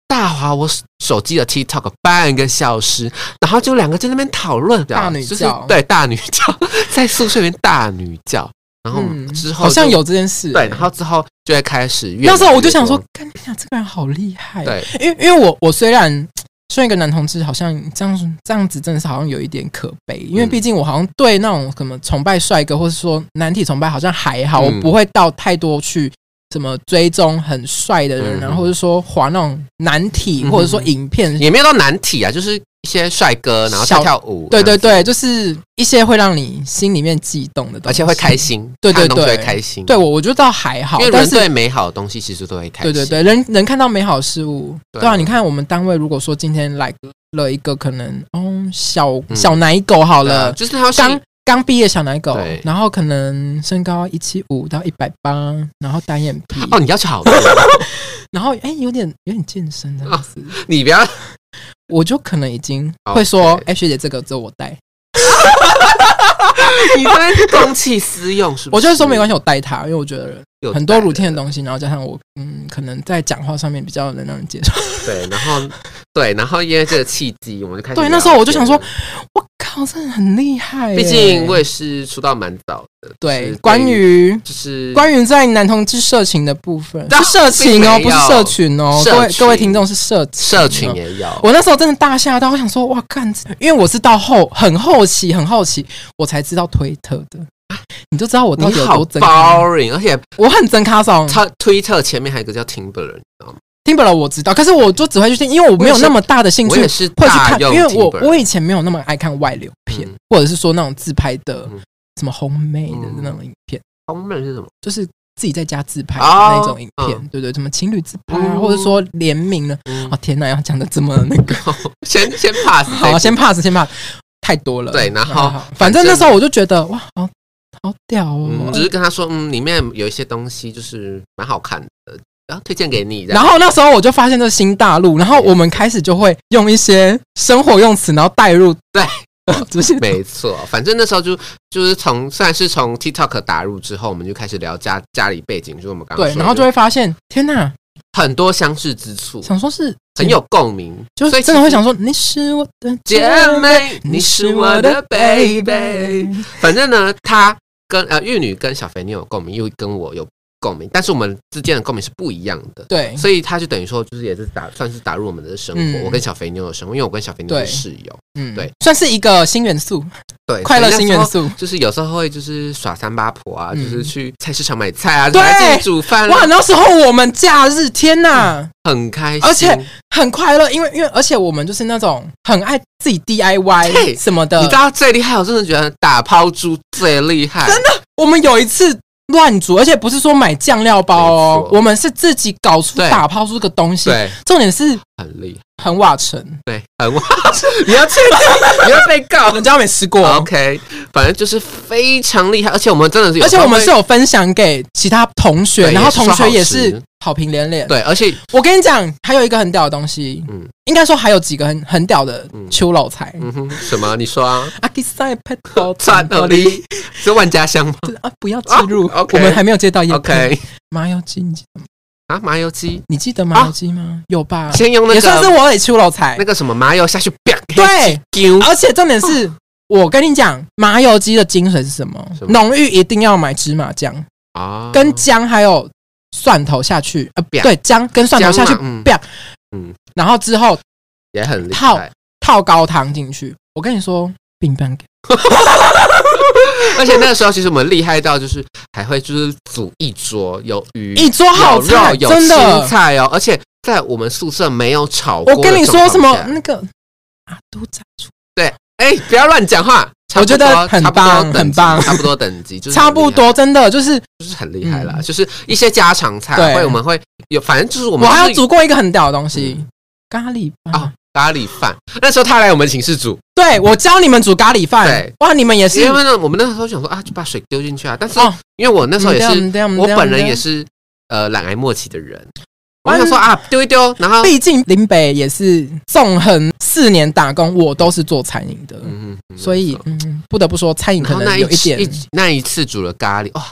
Speaker 1: 大划我手手机的 TikTok 半个小时，然后就两个在那边讨论，
Speaker 2: 大女
Speaker 1: 就是
Speaker 2: 教
Speaker 1: 对大女教， 在宿舍里面大女教，然后之后
Speaker 2: 嗯好像
Speaker 1: 就
Speaker 2: 有这件事。欸
Speaker 1: 对，然后之后就会开始越来越多，
Speaker 2: 那时候我就想说，哎看你俩这个人好厉害。，
Speaker 1: 对，
Speaker 2: 因为因为我我虽然。身为一个男同志，好像这样这样子真的是好像有一点可悲，因为
Speaker 1: 嗯
Speaker 2: 毕竟我好像对那种什么崇拜帅哥，或是说男体崇拜，好像还好，
Speaker 1: 嗯
Speaker 2: 我不会到太多去什么追踪很帅的人，
Speaker 1: 嗯
Speaker 2: 然后或者说滑那种男体，
Speaker 1: 嗯
Speaker 2: 或者说影片，
Speaker 1: 也没有到难题啊，就是一些帅哥，然后跳
Speaker 2: 小
Speaker 1: 跳舞，
Speaker 2: 对对
Speaker 1: 这样
Speaker 2: 对，
Speaker 1: 子，
Speaker 2: 就是一些会让你心里面悸动的东西，
Speaker 1: 而且会开。心，
Speaker 2: 对对
Speaker 1: 看东西
Speaker 2: 对
Speaker 1: 会开心，
Speaker 2: 对我，我觉得倒还好
Speaker 1: 因为，
Speaker 2: 但
Speaker 1: 人
Speaker 2: 是
Speaker 1: 对美好的东西其实都会开
Speaker 2: 对
Speaker 1: 心，
Speaker 2: 对对，人能看到美好事物，
Speaker 1: 对
Speaker 2: 对啊，你看我们单位如果说今天来了一个可能，哦，小
Speaker 1: 嗯
Speaker 2: 小奶狗好
Speaker 1: 好
Speaker 2: 了，
Speaker 1: 啊就是他要是
Speaker 2: 刚刚毕业小奶狗
Speaker 1: 对，
Speaker 2: 然后可能身高一七五到一百八，然后单眼皮，
Speaker 1: 哦，你要求好 多，
Speaker 2: 然后哎有点有点健身
Speaker 1: 哦
Speaker 2: 的样子，
Speaker 1: 你不要
Speaker 2: 我就可能已经会说，
Speaker 1: 哦 OK
Speaker 2: 哎学姐这个只有我带，
Speaker 1: 你在公器私用是不是？
Speaker 2: 我就会说没关系，我带他，因为我觉得
Speaker 1: 有
Speaker 2: 很多
Speaker 1: 带的
Speaker 2: routine 的东西，然后加上我嗯可能在讲话上面比较能让人接受，
Speaker 1: 对，然后对，然后因为这个契机，我们就开始
Speaker 2: 对
Speaker 1: 聊
Speaker 2: 那时候我就
Speaker 1: 天
Speaker 2: 想说，我靠，真的很厉害耶，
Speaker 1: 毕竟我也是出道蛮早的，
Speaker 2: 对
Speaker 1: 是
Speaker 2: 关于
Speaker 1: 就是
Speaker 2: 关于在男同志社群的部分，
Speaker 1: 但
Speaker 2: 是社群哦，
Speaker 1: 并没有
Speaker 2: 不是社群哦，
Speaker 1: 社群
Speaker 2: 各位各位听众是社群
Speaker 1: 社群
Speaker 2: 哦。
Speaker 1: 也有，
Speaker 2: 我那时候真的大吓到，我想说，哇，看，因为我是到后很后期，很后期，我才知道推特的，你就知道我到
Speaker 1: 你
Speaker 2: 底有
Speaker 1: 好哦
Speaker 2: 多嗯真咖，
Speaker 1: boring，而且
Speaker 2: 我很真咖爽。
Speaker 1: 他推特前面还有一个叫 Timber，你知道吗？
Speaker 2: 听不了我知道，可是我就只会去听，因为我没有那么大的兴
Speaker 1: 我
Speaker 2: 趣
Speaker 1: 也是
Speaker 2: 会去看
Speaker 1: 大，用
Speaker 2: 因为我
Speaker 1: Timber，
Speaker 2: 我以前没有那么爱看外流片，
Speaker 1: 嗯
Speaker 2: 或者是说那种自拍的
Speaker 1: 嗯
Speaker 2: 什么红妹的那种影片。
Speaker 1: 红人是什么？
Speaker 2: 就是自己在家自拍的那种影片，
Speaker 1: 哦
Speaker 2: 对对，什么情侣自拍啊，
Speaker 1: 嗯
Speaker 2: 或者说联名呢？
Speaker 1: 嗯
Speaker 2: 哦，天哪，要讲的这么那个，
Speaker 1: 先先 pass，
Speaker 2: 好，先 pass，先 pass，太多了。
Speaker 1: 对然后
Speaker 2: 好好好反正那时候我就觉得哇，好好屌哦
Speaker 1: 嗯，只。是跟他说，嗯，里面有一些东西就是蛮好看的，然后推荐给你，这
Speaker 2: 然
Speaker 1: 样
Speaker 2: 后那时候我就发现这新大陆，然后我们开始就会用一些生活用词，然后带入
Speaker 1: 对，
Speaker 2: 这些
Speaker 1: 没错，反正那时候就就是从算是从 TikTok 打入之后，我们就开始聊家家里背景，就是我们刚刚
Speaker 2: 对，
Speaker 1: 说的
Speaker 2: 然后就会发现天哪，
Speaker 1: 很多相似之处，
Speaker 2: 想说是
Speaker 1: 很有，共鸣，
Speaker 2: 就
Speaker 1: 所
Speaker 2: 是
Speaker 1: 以
Speaker 2: 真的会
Speaker 1: 其实
Speaker 2: 想说你是我的
Speaker 1: 姐妹，你是我的 baby。反正呢，他跟呃玉女跟小肥妞有共鸣，又跟我有共鸣，但是我们之间的共鸣是不一样的。
Speaker 2: 对，
Speaker 1: 所以他就等于说，就是也是打算是打入我们的生活，
Speaker 2: 嗯
Speaker 1: 我跟小肥妞的生活，因为我跟小肥妞是
Speaker 2: 对
Speaker 1: 室友，
Speaker 2: 嗯
Speaker 1: 对，
Speaker 2: 算是一个新元素，
Speaker 1: 对，
Speaker 2: 快乐
Speaker 1: 所以
Speaker 2: 新
Speaker 1: 那时
Speaker 2: 元
Speaker 1: 候
Speaker 2: 素。
Speaker 1: 就是有时候会就是耍三八婆啊，
Speaker 2: 嗯
Speaker 1: 就是去菜市场买菜啊，就
Speaker 2: 对
Speaker 1: 来自己煮饭啊，
Speaker 2: 哇，那时候我们假日，
Speaker 1: 嗯
Speaker 2: 天哪，
Speaker 1: 很开心，
Speaker 2: 而且很快乐，因为因为而且我们就是那种很爱自己
Speaker 1: 对
Speaker 2: DIY 什么
Speaker 1: 你
Speaker 2: 的
Speaker 1: 知。道最厉害，我真的觉得打抛猪最厉害，真的
Speaker 2: 我们有一次乱煮，而且不是说买酱料包
Speaker 1: 没
Speaker 2: 哦，
Speaker 1: 错
Speaker 2: 我们是自己搞出
Speaker 1: 对
Speaker 2: 打泡出这个东西。
Speaker 1: 对，
Speaker 2: 重点是
Speaker 1: 很厉害。
Speaker 2: 很瓦城，
Speaker 1: 对，很哇， 你要去，你要被告。
Speaker 2: 人家没吃过，
Speaker 1: OK，反正就是非常厉害，而且我们真的是有，
Speaker 2: 而且我们是有分享给其他同学，
Speaker 1: 对
Speaker 2: 然后同学
Speaker 1: 也
Speaker 2: 也
Speaker 1: 是说好吃
Speaker 2: 是好评连连。
Speaker 1: 对，而且
Speaker 2: 我跟你讲，还有一个很屌的东西，
Speaker 1: 嗯
Speaker 2: 应该说还有几个很很屌的秋老菜。
Speaker 1: 嗯哦哼，什么？你说啊？
Speaker 2: 阿 基塞 p e t o
Speaker 1: 战斗力是万家香吗
Speaker 2: 啊！不要介入、
Speaker 1: 啊，OK
Speaker 2: 我们还没有接到叶配。
Speaker 1: ？OK
Speaker 2: 麻油鸡，你记
Speaker 1: 啊，麻油鸡，
Speaker 2: 你记得麻油鸡吗？有吧？
Speaker 1: 啊先用那
Speaker 2: 也算
Speaker 1: 个
Speaker 2: 是我也秋老菜
Speaker 1: 那。个什么麻油下去，啪，
Speaker 2: 对，
Speaker 1: 丢
Speaker 2: 而且重点是。我跟你讲，麻油鸡的精神是什么？
Speaker 1: 哦什么
Speaker 2: 浓郁一定要买芝麻酱，
Speaker 1: 啊
Speaker 2: 跟姜还有蒜头下去，呃，
Speaker 1: 啪
Speaker 2: 对，姜跟蒜头下去
Speaker 1: 姜嘛嗯，
Speaker 2: 啪
Speaker 1: 嗯，
Speaker 2: 然后之后
Speaker 1: 也很厉
Speaker 2: 套
Speaker 1: 害，
Speaker 2: 套高汤进去。我跟你说，冰棒给
Speaker 1: 而且那个时候其实我们厉害到就是还会就是煮一桌有鱼、
Speaker 2: 一桌好
Speaker 1: 有肉、
Speaker 2: 菜，
Speaker 1: 嗯有
Speaker 2: 真
Speaker 1: 青
Speaker 2: 的。
Speaker 1: 菜哦，而且在我们宿舍没有炒锅。
Speaker 2: 我跟你说什么那？个阿都炸出，
Speaker 1: 啊哎，不要乱讲话。
Speaker 2: 我觉得
Speaker 1: 差不多
Speaker 2: 很
Speaker 1: 差不多
Speaker 2: 棒
Speaker 1: 等级
Speaker 2: 很棒
Speaker 1: 差不多等级就是很
Speaker 2: 差不
Speaker 1: 厉害，
Speaker 2: 多，真的就是
Speaker 1: 就是很厉害啦。
Speaker 2: 嗯
Speaker 1: 就是一些家常菜啊
Speaker 2: 对
Speaker 1: 会，我们会有，反正就是我
Speaker 2: 我
Speaker 1: 们
Speaker 2: 还
Speaker 1: 就
Speaker 2: 有
Speaker 1: 是
Speaker 2: 煮过一个很屌的东西
Speaker 1: 嗯，
Speaker 2: 咖喱
Speaker 1: 啊
Speaker 2: 饭。
Speaker 1: 咖喱饭。那时候他来我们寝室煮，
Speaker 2: 对，我教你们煮咖喱饭
Speaker 1: 对，
Speaker 2: 哇，你们也是
Speaker 1: 因为呢，我们那时候想说啊，就把水丢进去啊。但是
Speaker 2: 哦
Speaker 1: 因为我那时候也
Speaker 2: 嗯对啊
Speaker 1: 是
Speaker 2: 嗯对啊嗯
Speaker 1: 我
Speaker 2: 对啊
Speaker 1: 本
Speaker 2: 嗯对
Speaker 1: 人
Speaker 2: 啊
Speaker 1: 也是呃懒癌末期的人，我想说啊丢一丢，然后
Speaker 2: 嗯毕竟林北也是纵横四年打工，我都是做餐饮的，
Speaker 1: 嗯嗯
Speaker 2: 所以嗯，不得不说餐饮
Speaker 1: 然
Speaker 2: 可
Speaker 1: 后
Speaker 2: 能
Speaker 1: 那
Speaker 2: 有
Speaker 1: 一
Speaker 2: 一
Speaker 1: 次
Speaker 2: 点
Speaker 1: 一那一次煮了咖喱，哇，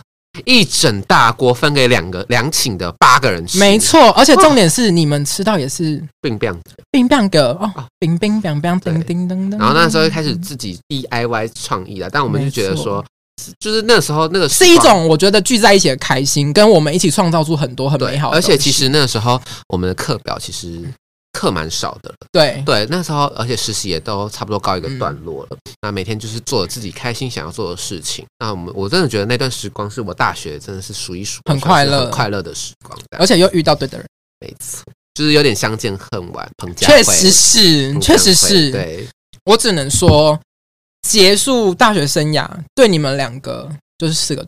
Speaker 1: 一整大锅分给两个两寝的八个人吃，
Speaker 2: 没，错，而且重点是你们吃到也是
Speaker 1: 并不样。
Speaker 2: 冰棒哥哦
Speaker 1: 啊，
Speaker 2: 冰冰冰冰
Speaker 1: 对
Speaker 2: 叮叮噔噔。
Speaker 1: 然后那时候就开始自己 DIY 创意了，但我们就觉得
Speaker 2: 没错
Speaker 1: 说，就是那时候那个
Speaker 2: 是一
Speaker 1: 爽
Speaker 2: 种我觉得聚在一起的开心，跟我们一起创造出很多很
Speaker 1: 对
Speaker 2: 美，好的
Speaker 1: 而
Speaker 2: 东西。
Speaker 1: 且其实那时候我们的课表其实课蛮少的了。
Speaker 2: 对
Speaker 1: 对，那时候而且实习也都差不多告一个
Speaker 2: 嗯
Speaker 1: 段落了。那每天就是做自己开心想要做的事情。那我们我真的觉得那段时光是我大学真的是数一数二
Speaker 2: 很
Speaker 1: 算是
Speaker 2: 快乐
Speaker 1: 很快乐的时光。这样
Speaker 2: 而且又遇到对的人，
Speaker 1: 没错，就是有点相见恨晚，彭佳
Speaker 2: 确
Speaker 1: 慧
Speaker 2: 实是，
Speaker 1: 彭佳
Speaker 2: 确实
Speaker 1: 慧
Speaker 2: 是
Speaker 1: 对，
Speaker 2: 我只能说，结束大学生涯对你们两个就是四个。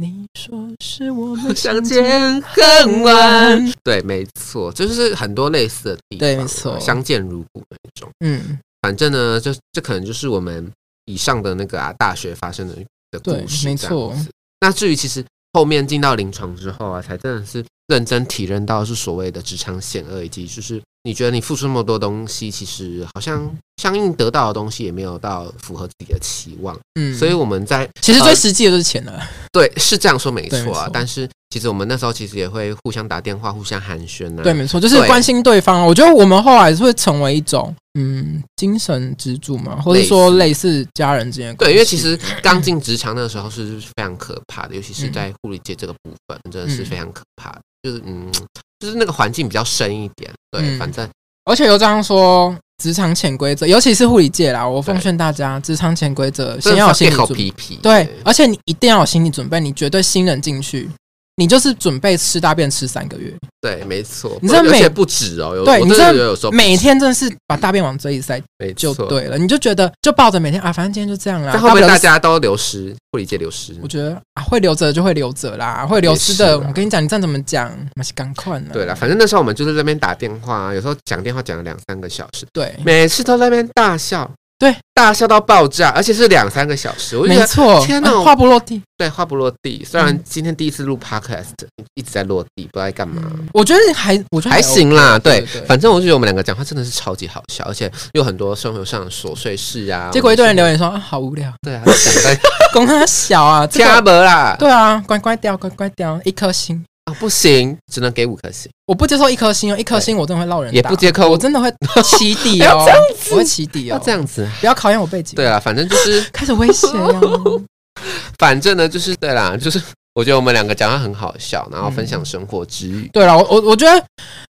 Speaker 2: 你说是我们
Speaker 1: 相见恨晚。，对，没错，就是很多类似的地方，
Speaker 2: 对没错
Speaker 1: 相见如故那一种。
Speaker 2: 嗯，
Speaker 1: 反正呢，就这可能就是我们以上的那个啊，大学发生的的故
Speaker 2: 对
Speaker 1: 事，
Speaker 2: 没
Speaker 1: 这样
Speaker 2: 错
Speaker 1: 子。那至于其实后面进到临床之后啊，才真的是认真体认到是所谓的职场险恶，以及就是你觉得你付出那么多东西，其实好像相应得到的东西也没有到符合自己的期望，
Speaker 2: 嗯，
Speaker 1: 所以我们在
Speaker 2: 其实最
Speaker 1: 呃
Speaker 2: 实际的就是钱了，
Speaker 1: 对是这样说没
Speaker 2: 对没
Speaker 1: 错啊
Speaker 2: 错，
Speaker 1: 但是其实我们那时候其实也会互相打电话，互相寒暄啊，
Speaker 2: 对，没错，就是
Speaker 1: 对
Speaker 2: 关心对方。我觉得我们后来是会成为一种嗯精神支柱嘛，或者
Speaker 1: 类似
Speaker 2: 说类似家人之间的嗯关
Speaker 1: 对，
Speaker 2: 系。
Speaker 1: 因为其实刚进职场那个时候是非常可怕的，尤其是在护理界这个部分，真
Speaker 2: 嗯
Speaker 1: 的是非常可怕的。就是嗯，就是那个环境比较深一点。对，
Speaker 2: 嗯
Speaker 1: 反正
Speaker 2: 而且有这样说，职场潜规则，尤其是护理界啦，我奉劝大家，职场潜规则
Speaker 1: 真
Speaker 2: 先
Speaker 1: 的
Speaker 2: 要有
Speaker 1: 是
Speaker 2: 心
Speaker 1: 要别
Speaker 2: 理
Speaker 1: 口
Speaker 2: 准备。
Speaker 1: 皮皮。
Speaker 2: 对，而且你一定要有心理准备，你绝对新人进去，你就是准备吃大便吃三个月，
Speaker 1: 对，没错。
Speaker 2: 你知道
Speaker 1: 而
Speaker 2: 每
Speaker 1: 且不止哦，有
Speaker 2: 对
Speaker 1: 我
Speaker 2: 你
Speaker 1: 真
Speaker 2: 知道
Speaker 1: 的觉得有时候不止
Speaker 2: 每天真的是把大便往嘴里塞
Speaker 1: 没
Speaker 2: 就
Speaker 1: 错。
Speaker 2: 对了，你就觉得就抱着每天啊，反正今天就这样啦，
Speaker 1: 但会不
Speaker 2: 大
Speaker 1: 会
Speaker 2: 不了
Speaker 1: 大
Speaker 2: 就
Speaker 1: 家都流失？护理界流失
Speaker 2: 我？觉得啊，会留着就会留着啦，会流失
Speaker 1: 也
Speaker 2: 的。
Speaker 1: 是啦
Speaker 2: 我跟你讲，你这样怎么讲，那是赶快呢。
Speaker 1: 对啦，反正那时候我们就是在那边打电话啊，有时候讲电话讲了两三个小时，
Speaker 2: 对，
Speaker 1: 每次都在那边大笑，
Speaker 2: 对，
Speaker 1: 大笑到爆炸，而且是两三个小时，我就觉
Speaker 2: 没
Speaker 1: 得
Speaker 2: 错，
Speaker 1: 天哪
Speaker 2: 啊
Speaker 1: 我
Speaker 2: 话不落地。
Speaker 1: 对，话不落地。虽然
Speaker 2: 嗯
Speaker 1: 今天第一次录 podcast，一直在落地，不知道在干嘛，
Speaker 2: 我觉得嗯还，我觉得
Speaker 1: 嗯还
Speaker 2: OK，
Speaker 1: 行啦。对
Speaker 2: 对对，
Speaker 1: 反正我就觉得我们两个讲话真的是超级好笑，而且有很多生活上的琐碎事啊。
Speaker 2: 结果一堆人留
Speaker 1: 言，
Speaker 2: 言说啊，好无聊，
Speaker 1: 对啊，讲 在
Speaker 2: 公他小啊，这
Speaker 1: 加
Speaker 2: 个
Speaker 1: 伯啦，
Speaker 2: 对啊，乖乖掉，乖乖掉，一颗星，
Speaker 1: 啊不行，只能给五颗星，
Speaker 2: 我不接受一颗星哦，一颗星我真的会落人打，
Speaker 1: 也不接扣
Speaker 2: 我，真的会起底
Speaker 1: 不
Speaker 2: 哦
Speaker 1: 要这样，
Speaker 2: 我会起底
Speaker 1: 要
Speaker 2: 哦，
Speaker 1: 这样子。啊
Speaker 2: 不要考验我背景，
Speaker 1: 对，啊啦，反正就是，
Speaker 2: 开始威胁啊 呀，
Speaker 1: 反正呢，就是对啦， 就是我觉得我们两个讲话很好笑，然后分享生活之语。
Speaker 2: 对了，我我我觉得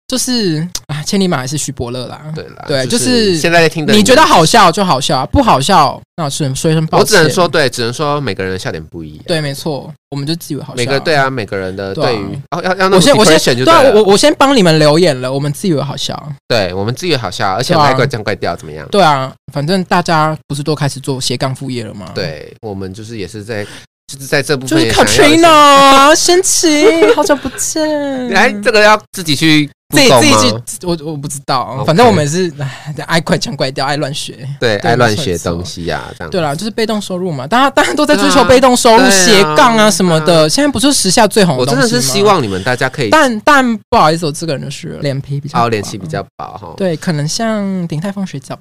Speaker 2: 就是啊，千里马还是徐伯乐啦，
Speaker 1: 对啦，
Speaker 2: 对就是
Speaker 1: 现在在听的，
Speaker 2: 你觉得好笑就好笑啊，不好笑那是说一声抱歉。
Speaker 1: 我只能说，对，只能说每个人的笑点不一样。
Speaker 2: 对，没错，我们就自以为好笑。
Speaker 1: 每个对，啊，每个人的
Speaker 2: 对啊
Speaker 1: 对于哦要要那
Speaker 2: 我先我先
Speaker 1: 选就
Speaker 2: 对啊
Speaker 1: 对，
Speaker 2: 我
Speaker 1: 了，
Speaker 2: 我先帮你们留言了，我们自以为好笑。
Speaker 1: 对我们自己也好笑，而且
Speaker 2: 对啊
Speaker 1: 还怪将怪调怎么样？
Speaker 2: 对啊，反正大家不是都开始做斜杠副业了吗？，
Speaker 1: 对我们就是也是在就是在这部
Speaker 2: 啊就
Speaker 1: 分也
Speaker 2: 是啊
Speaker 1: 想要一些
Speaker 2: Katrina 神奇，好久不见。
Speaker 1: 哎，这个要自己去
Speaker 2: 自己
Speaker 1: 你懂
Speaker 2: 自己
Speaker 1: 吗
Speaker 2: 去，我我不知道，
Speaker 1: OK 嗯
Speaker 2: 反正我们是唉爱怪腔怪调，爱乱学。
Speaker 1: 对，
Speaker 2: 对
Speaker 1: 爱乱
Speaker 2: 没错
Speaker 1: 学
Speaker 2: 没错
Speaker 1: 东西呀，这样
Speaker 2: 对啦，就是被动收入嘛，大家大家都在追
Speaker 1: 对
Speaker 2: 求
Speaker 1: 啊
Speaker 2: 被动收入、
Speaker 1: 对啊
Speaker 2: 斜杠
Speaker 1: 对
Speaker 2: 啊
Speaker 1: 啊
Speaker 2: 什么的。现在不是时下最红
Speaker 1: 我
Speaker 2: 东
Speaker 1: 真
Speaker 2: 西
Speaker 1: 的是
Speaker 2: 吗
Speaker 1: 希，望你们大家可以
Speaker 2: 但但不好意思，我这个人就是脸皮比较
Speaker 1: 哦，
Speaker 2: 薄
Speaker 1: 脸皮比较薄哦哈，
Speaker 2: 对，可能像鼎泰丰水饺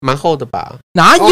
Speaker 1: 蛮厚的吧？
Speaker 2: 哪
Speaker 1: 哦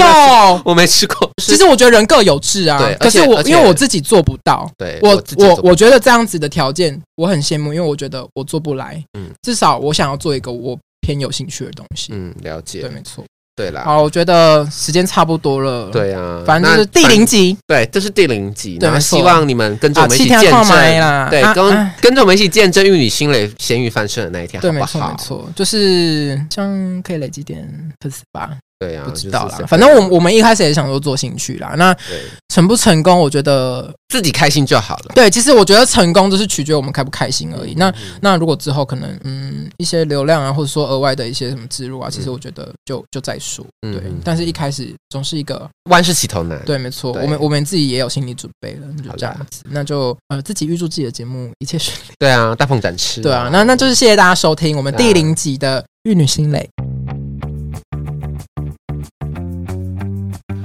Speaker 2: 有？
Speaker 1: 我没吃过，
Speaker 2: 其实我觉得人各有志啊
Speaker 1: 对，
Speaker 2: 可是
Speaker 1: 而且
Speaker 2: 我
Speaker 1: 而且
Speaker 2: 因为我自己做不到，
Speaker 1: 对
Speaker 2: 我
Speaker 1: 自己
Speaker 2: 我
Speaker 1: 做
Speaker 2: 我觉得这样子的条件我很羡慕，因为我觉得我做不来。
Speaker 1: 嗯
Speaker 2: 至少我想要做一个我偏有兴趣的东西。
Speaker 1: 嗯了
Speaker 2: 对，
Speaker 1: 解，
Speaker 2: 没错。
Speaker 1: 对啦，
Speaker 2: 好，我觉得时间差不多了。，
Speaker 1: 对啊，
Speaker 2: 反正就是
Speaker 1: 那
Speaker 2: 第零集
Speaker 1: 对，这是第零集，
Speaker 2: 对
Speaker 1: 然后
Speaker 2: 没错
Speaker 1: 希望你们跟着我
Speaker 2: 啊，
Speaker 1: 们一
Speaker 2: 七
Speaker 1: 起
Speaker 2: 天
Speaker 1: 见
Speaker 2: 放埋
Speaker 1: 证，
Speaker 2: 啦。
Speaker 1: 对，
Speaker 2: 啊
Speaker 1: 跟
Speaker 2: 啊
Speaker 1: 跟着我们一起见证玉女心蕾咸鱼翻身的那一天，
Speaker 2: 对，
Speaker 1: 好
Speaker 2: 没
Speaker 1: 不
Speaker 2: 错，
Speaker 1: 好
Speaker 2: 没？错，就是这样可以累积点粉丝吧，
Speaker 1: 对啊，
Speaker 2: 不知
Speaker 1: 就
Speaker 2: 道
Speaker 1: 是
Speaker 2: 啦
Speaker 1: 这。样
Speaker 2: 反正我我们一开始也想说做兴趣啦，那
Speaker 1: 对
Speaker 2: 成不成功，我觉得
Speaker 1: 自己开心就好了。
Speaker 2: 对，其实我觉得成功就是取决于我们开不开心
Speaker 1: 嗯
Speaker 2: 而已。那那如果之后可能嗯一些流量啊，或者说额外的一些什么植入啊，其实我觉得就就再说。
Speaker 1: 嗯
Speaker 2: 对
Speaker 1: 嗯，
Speaker 2: 但是一开始总是一个
Speaker 1: 万事起头难，
Speaker 2: 对，没错，
Speaker 1: 对
Speaker 2: 我们我们自己也有心理准备了，就
Speaker 1: 好
Speaker 2: 这
Speaker 1: 啦
Speaker 2: 样子。那就呃自己预祝自己的节目一切顺利。
Speaker 1: 对啊，大鹏展翅，
Speaker 2: 对啊，那那就是谢谢大家收听我们第
Speaker 1: 那
Speaker 2: 零集的《玉女心蕾》。